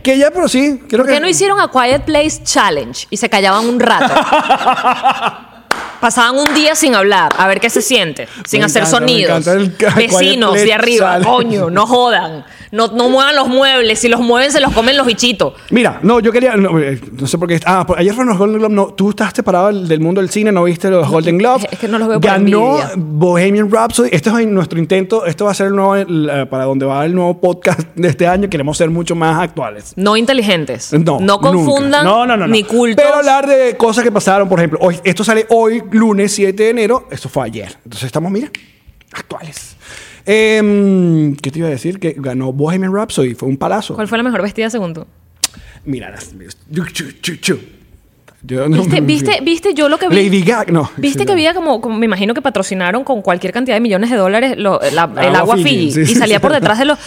Que ya, pero sí, creo
¿Por
que.
qué no hicieron a Quiet Place Challenge y se callaban un rato? Pasaban un día sin hablar, a ver qué se siente, sin
Me
hacer
encanta, me
sonidos.
encanta el ca- Quiet
Vecinos
Place
de arriba,
Challenge.
coño, no jodan. No, no muevan los muebles, si los mueven se los comen los bichitos.
Mira, no, yo quería. No, eh, no sé por qué. Ah, por- ayer fueron los Golden Globes. No, tú estás separado del del mundo del cine, no viste los Golden Globes.
es que no los veo por
Ganó
envidia.
Bohemian Rhapsody. Este es nuestro intento. Esto va a ser el nuevo. la- para donde va el nuevo podcast de este año. Queremos ser mucho más actuales.
No inteligentes.
No, nunca.
confundan
No, no, no, no.
ni cultos.
Pero hablar de cosas que pasaron, por ejemplo, hoy, esto sale hoy, lunes 7 de enero, esto fue ayer. Entonces estamos, mira, actuales. Em, ¿Qué te iba a decir? Que ganó Bohemian Rhapsody, fue un palazo.
¿Cuál fue la mejor vestida según tú?
Mira, las- chu, chu, chu, chu. Yo no-
¿Viste, viste, viste yo lo que vi?
Lady Gaga, no.
Viste que había como, como- me imagino que patrocinaron con cualquier cantidad de millones de dólares lo- eh, la- el
Agua
agua
Ah, Fiji,
Fiji,
sí,
y
sí,
salía
sí.
por detrás de los...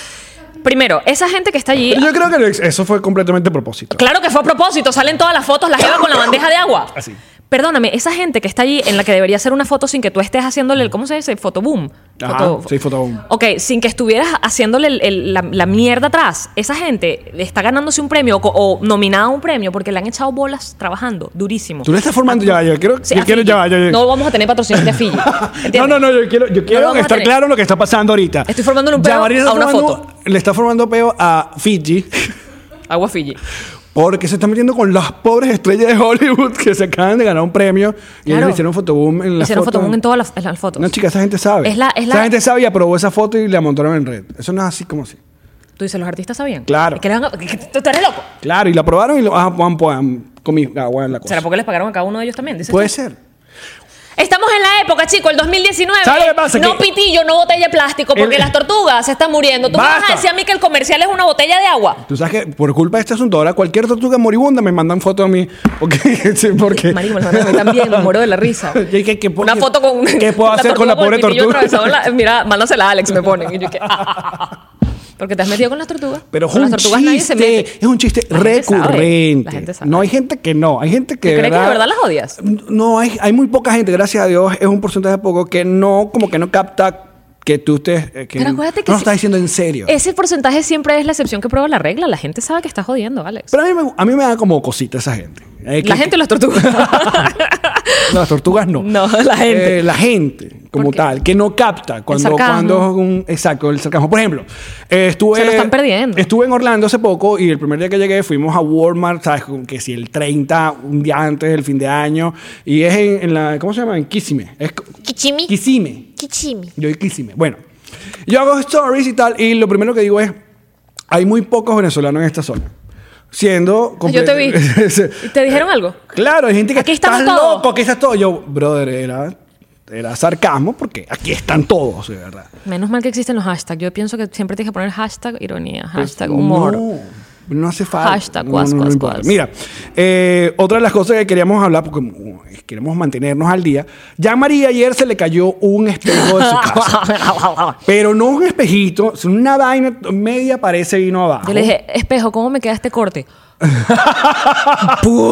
Primero, esa gente que está allí...
Yo creo que lo ex- eso fue completamente a propósito.
Claro que fue a propósito, salen todas las fotos, la lleva con la bandeja de agua.
Así.
Perdóname, esa gente que está allí en la que debería hacer una foto sin que tú estés haciéndole el, ¿cómo se dice? Fotoboom.
Mm. Ajá, sí, photoboom.
Ok, sin que estuvieras haciéndole el- el- la, la mierda atrás. Esa gente está ganándose un premio o, co- o nominada a un premio porque le han echado bolas trabajando durísimo.
Tú le estás formando ya, yo quiero,
Sí,
yo
a
quiero
Fiji.
ya, ya, ya.
No vamos a tener patrocinio de Fiji.
No,
¿entiendes?
no, no, yo quiero, yo quiero
vamos a
estar
tener.
claro en lo que está pasando ahorita.
Estoy formándole un peo
Yamari está
a una
formando-
foto.
Le está formando peo a Fiji
Agua Fiji.
porque se está metiendo con las pobres estrellas de Hollywood que se acaban de ganar un premio y ellos
Claro.
le hicieron fotoboom en la
Hicieron
foto.
fotoboom en todas las, en las fotos.
No, chica, esa gente sabe.
Es la- es
Esa
la-
gente sabe y aprobó esa foto y la montaron en red. Eso no es así como así.
Tú dices, los artistas sabían.
Claro. Pues
Que le van a- que- que- tú tú eres loco.
Claro, y la aprobaron y lo ah, pam, pam, comí agua en la cosa.
¿Será porque les pagaron a cada uno de ellos también? Dices
Puede
tú.
ser.
Estamos en la época, chico, el 2019.
¿Sabes lo que pasa?
No
Que-
pitillo, no botella de plástico, porque
El-
las tortugas se están muriendo. Tú me vas
Basta.
a decir a mí que el comercial es una botella de agua.
Tú sabes que por culpa de este asunto, ahora cualquier tortuga moribunda me mandan foto a mí. Porque, sí, porque...
Marico, me lo mandaron a mí también, me muero de la risa.
Yo dije, ¿qué puedo-
una
qué-
foto con.
¿Qué puedo hacer con la
tortuga
pobre
el pitillo
tortuga?
atravesado en la- mira, mándasela a Alex, me ponen. Y yo "Ah, que, ah". Porque te has metido con las tortugas.
Pero es
con las
un
tortugas nadie se
chiste,
mete.
es un chiste
La gente sabe,
recurrente.
la gente sabe.
No hay gente que no, hay gente que
¿Tú crees que de verdad las odias?
No, hay, hay muy poca gente, gracias a Dios, es un porcentaje poco que no, como que no capta que tú estés, eh, que
Pero acuérdate que
no lo
si-
estás diciendo en serio.
Ese porcentaje siempre es la excepción que prueba la regla. La gente sabe que estás jodiendo, Alex.
Pero a mí, me, a mí me da como cosita esa gente. Eh, que-
la gente o las tortugas.
No, las tortugas no.
No, la gente.
Eh, la gente, como
Porque-
tal, que no capta cuando.
sarcasmo.
cuando un, exacto, el sarcasmo. Por ejemplo, eh, estuve.
Se lo están perdiendo.
Estuve en Orlando hace poco y el primer día que llegué fuimos a Walmart, ¿sabes? Como Que si el 30, un día antes del fin de año. Y es en, en la. ¿Cómo se llama? En Kissimmee. Es, co-
Kichimi.
Kissimmee.
Kichimi.
Yo Kissimmee. Bueno, yo hago stories y tal, y lo primero que digo es, hay muy pocos venezolanos en esta zona. Siendo...
Pues Yo te vi.
comple-
¿Y ¿Te dijeron algo?
claro, hay gente que...
Aquí estamos
"Estás
todos".
loco, aquí está todo. Yo, brother, era, era sarcasmo porque aquí están todos, de verdad.
Menos mal que existen los hashtags. Yo pienso que siempre tienes que poner hashtag ironía, hashtag humor.
Pues No. No hace falta.
Hashtag
No,
guas,
no, no
guas,
importa.
guas.
Mira, eh, otra de las cosas que queríamos hablar, porque uh, queremos mantenernos al día. Ya a María ayer se le cayó un espejo de su casa. Pero no un espejito, sino una vaina media parece vino abajo.
Yo le dije, espejo, ¿cómo me queda este corte?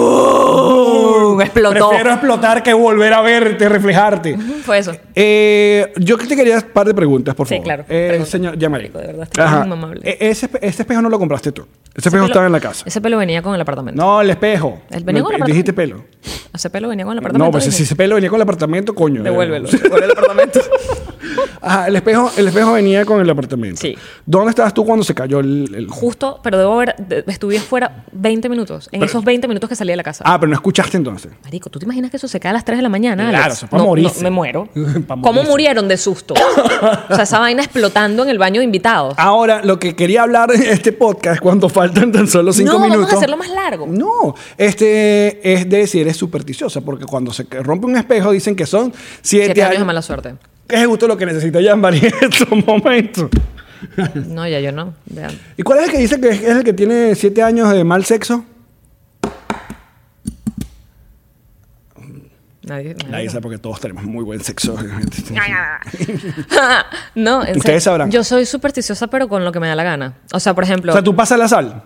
¡Pum! Explotó.
Prefiero explotar que volver a verte, reflejarte.
Fue eso.
Eh, yo que te quería un par de preguntas, por
Sí,
favor.
claro.
Eh,
Pregunta.
señor, llamaré.
Marico, de verdad, este es muy amable.
Eh, ese, espe- ese espejo no lo compraste tú. Ese,
Ese
espejo
pelo-
estaba en la casa.
Ese pelo venía con el apartamento.
No, el espejo.
El venía con el
Me- Dijiste pelo.
Ese pelo venía con el apartamento.
No, pues
dije.
si ese pelo venía con el apartamento, coño.
Devuélvelo. Devuelve el apartamento.
Ajá, el espejo, el espejo venía con el apartamento.
Sí.
¿Dónde estabas tú cuando se cayó el, el-
Justo, pero debo haber. de- Estuve fuera 20 minutos. En esos 20 minutos que salí de la casa.
Ah, pero no escuchaste entonces.
Marico, ¿tú te imaginas que eso se cae a las 3 de la mañana? Alex?
Claro, eso es pa'
No,
morirse.
no, me muero.
Pa'
¿Cómo
morirse.
murieron de susto? o sea, esa vaina explotando en el baño de invitados.
Ahora, lo que quería hablar en este podcast, cuando faltan tan solo cinco
No, vamos a
minutos.
hacerlo más largo.
No, este es de si eres supersticiosa, porque cuando se rompe un espejo dicen que son siete,
Siete años de mala suerte.
Que es justo lo que necesita Jean Marie en estos momentos.
No, ya yo no. Ya.
¿Y cuál es el que dice que es el que tiene siete años de mal sexo?
Nadie. nadie-
Nadie sabe porque todos tenemos muy buen sexo.
no, en serio.
Ustedes sabrán.
Yo soy supersticiosa, pero con lo que me da la gana. O sea, por ejemplo.
o sea, tú pasas la sal.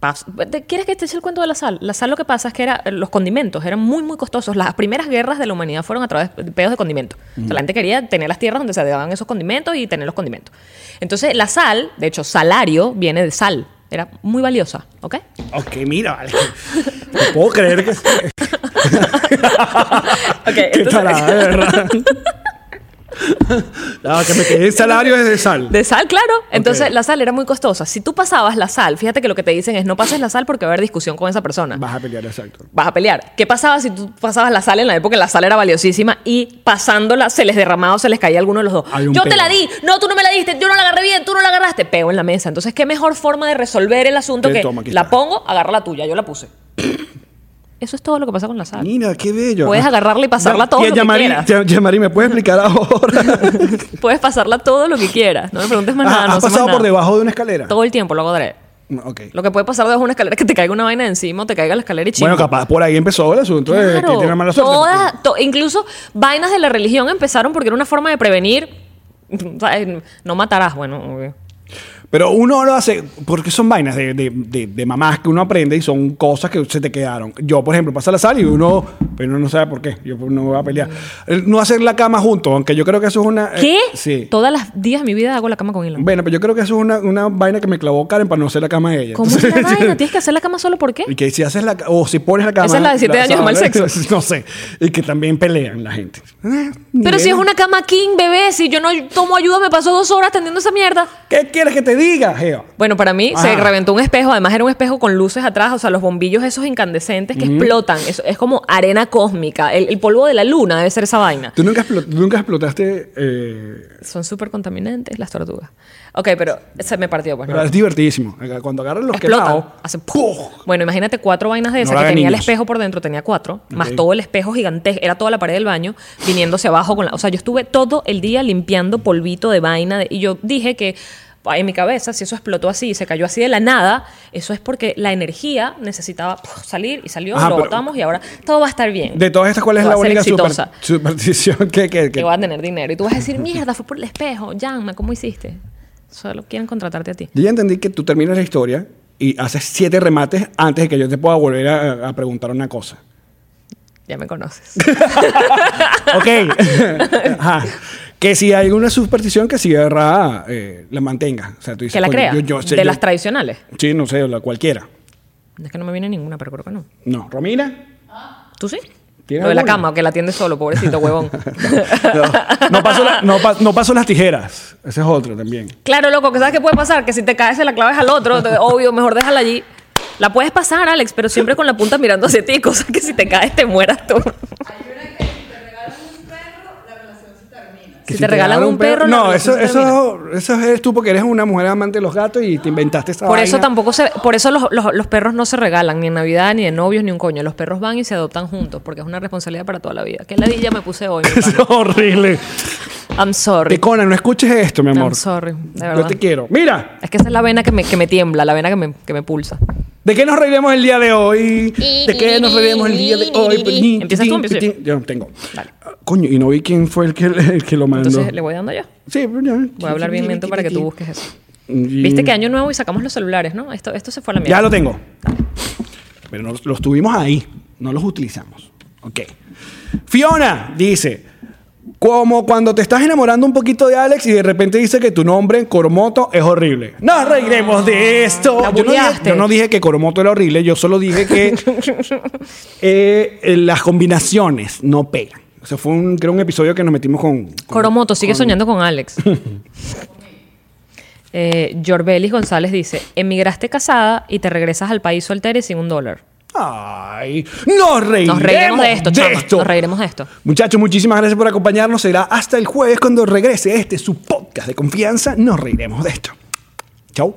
Paso. ¿Te- ¿Quieres que te eche el cuento de la sal? La sal lo que pasa es que era, los condimentos eran muy, muy costosos. Las primeras guerras de la humanidad fueron a través de pedos de condimentos. O sea, la gente quería tener las tierras donde se daban esos condimentos y tener los condimentos. Entonces, la sal, de hecho, salario, viene de sal. Era muy valiosa, ¿ok?
Ok, mira, vale. No puedo creer que.
Ok,
Qué
entonces-
tarada, de verdad. No, que me quedé el salario es de sal.
De sal, claro. Entonces,
Ok.
la sal era muy costosa. Si tú pasabas la sal, fíjate que lo que te dicen es no pases la sal porque va a haber discusión con esa persona.
Vas a pelear, exacto.
vas a pelear. ¿Qué pasaba si tú pasabas la sal en la época en la sal era valiosísima y pasándola se les derramaba o se les caía alguno de los dos?
Hay
Yo
un
te
peo.
la di, no, tú no me la diste, yo no la agarré bien, tú no la agarraste. Peo en la mesa. Entonces, ¿qué mejor forma de resolver el asunto
Te
que
toma, aquí
la
está.
pongo, agarra la tuya, yo la puse? Eso es todo lo que pasa con la sal.
Mira, qué bello.
Puedes agarrarla y pasarla todo
Tía
lo que
Yamari,
quieras.
tía- Yamari, ¿me puedes explicar ahora?
Puedes pasarla todo lo que quieras. No me preguntes más nada.
Ah,
no
¿Has
sé más
pasado por
nada.
debajo de una escalera?
Todo el tiempo lo hago adrede.
Mm, Ok.
Lo que puede pasar debajo de una escalera es que te caiga una vaina de encima o te caiga la escalera y chimbo.
Bueno, capaz por ahí empezó el asunto de que
Claro,
tiene mala suerte.
todas- to- incluso vainas de la religión empezaron porque era una forma de prevenir. ¿sabes? No matarás, bueno,
Eh,
obvio.
Pero uno lo hace porque son vainas de, de, de- de mamás que uno aprende y son cosas que se te quedaron. Yo, por ejemplo, pasa la sal y uno, pero uno no sabe por qué. Yo pues, no voy a pelear. Eh, No hacer la cama juntos, aunque yo creo que eso es una. eh,
¿Qué?
sí.
Todas las días de mi vida hago la cama con Elon.
Bueno, pero yo creo que eso es una, una vaina que me clavó Karen para no hacer la cama de ella.
¿Cómo es la vaina? ¿Tienes que hacer la cama solo por qué?
Y que si haces la ca- o si pones la cama.
Esa es la de siete años de mal sexo.
No sé. Y que también pelean la gente. Ah,
Pero si es
mira.
una cama king, bebé, si yo no tomo ayuda, me paso dos horas tendiendo esa mierda.
¿Qué quieres que te diga, Geo?
Bueno, para mí
Ajá.
se reventó un espejo. Además, era un espejo con luces atrás. O sea, los bombillos esos incandescentes que explotan. Eso es como arena cósmica. El, el polvo de la luna debe ser esa vaina.
Tú nunca, explo- tú nunca explotaste. eh,
Son súper contaminantes las tortugas. Ok, pero se me partió. Pues,
pero
¿no?
es divertidísimo. Cuando agarran los quemados.
Explotan. Hacen ¡puf! Bueno, imagínate cuatro vainas de esas
lo
que
hagan
tenía el
niños.
espejo por dentro, tenía cuatro, más
Ok.
todo el espejo gigantesco, era toda la pared del baño, viniéndose abajo con la. O sea, yo estuve todo el día limpiando polvito de vaina de- y yo dije que. ay, En mi cabeza, si eso explotó así y se cayó así de la nada, eso es porque la energía necesitaba puf, salir y salió,
Ajá,
lo
pero-
botamos y ahora todo va a estar bien.
De todas estas, ¿cuál es
Va
la
a ser
única super-
exitosa.
superstición que, que, que-
que va a tener dinero. Y tú vas a decir, mierda, fue por el espejo. Llama, ¿cómo hiciste? Solo quieren contratarte a ti.
Yo ya entendí que tú terminas la historia y haces siete remates antes de que yo te pueda volver a, a preguntar una cosa.
Ya me conoces.
Ok. Ajá. Que si hay alguna superstición que si errada, eh, la mantenga. O sea, tú dices,
que la
"Coño,
crea.
yo- yo sé,
de
yo-
las tradicionales.
Sí, no sé, la cualquiera.
No es que no me viene ninguna, pero creo que no.
No. ¿Romina?
¿Tú sí?
¿Tiene
Lo de la
alguna?
cama, que la atiende solo, pobrecito huevón.
No, no paso, la- no pa- no paso las tijeras. Ese es otro también.
claro, loco, que sabes qué puede pasar, que si te caes se la claves al otro, te- obvio, mejor déjala allí. La puedes pasar, Alex, pero siempre con la punta mirando hacia ti, cosa que si te caes te mueras tú.
Que
Si te regalan
dan
un perro, la
No, eso,
relación se
eso, eso eres tú porque eres una mujer amante de los gatos y te inventaste esa
Por eso
vaina.
tampoco se, por eso los, los- los perros no se regalan ni en Navidad ni de novios ni un coño. Los perros van y se adoptan juntos porque es una responsabilidad para toda la vida. ¿Qué ladilla me puse hoy? mi
Eso es horrible.
pana? I'm sorry.
Ticona, no escuches esto, mi amor.
I'm sorry, de
Yo
verdad.
te quiero. Mira,
Es que esa es la vena que me, que me tiembla, la vena que me, que me pulsa.
¿de qué nos reiremos el día de hoy? ¿De qué nos reiremos el día de hoy?
¿Empiezas tú, empiezo yo?
Yo no tengo.
Dale.
Ah, Coño, y no vi quién fue el que, el que lo mandó.
Entonces le voy dando yo.
Sí, pero ya.
Voy a hablar bien lento para que tú busques eso. Viste que año nuevo y sacamos los celulares, ¿no? Esto, esto se fue a la mierda.
Ya lo tengo. Pero nos- los tuvimos ahí, no los utilizamos. Ok. Fiona dice, como cuando te estás enamorando un poquito de Alex y de repente dice que tu nombre, Coromoto, es horrible. No reiremos de esto.
La
Yo no, dije,
bulleaste.
yo no dije que Coromoto era horrible, yo solo dije que eh, eh, las combinaciones no pegan. O sea, fue un, creo un episodio que nos metimos con... con-
Coromoto sigue soñando con Alex. eh, Yorbelis González dice: Emigraste casada y te regresas al país soltera y sin un dólar.
Ay, nos reiremos,
Nos reiremos de esto, chama.
esto.
Nos reiremos de esto.
Muchachos, muchísimas gracias por acompañarnos. Será hasta el jueves cuando regrese este su podcast de confianza. Nos reiremos de esto. Chau.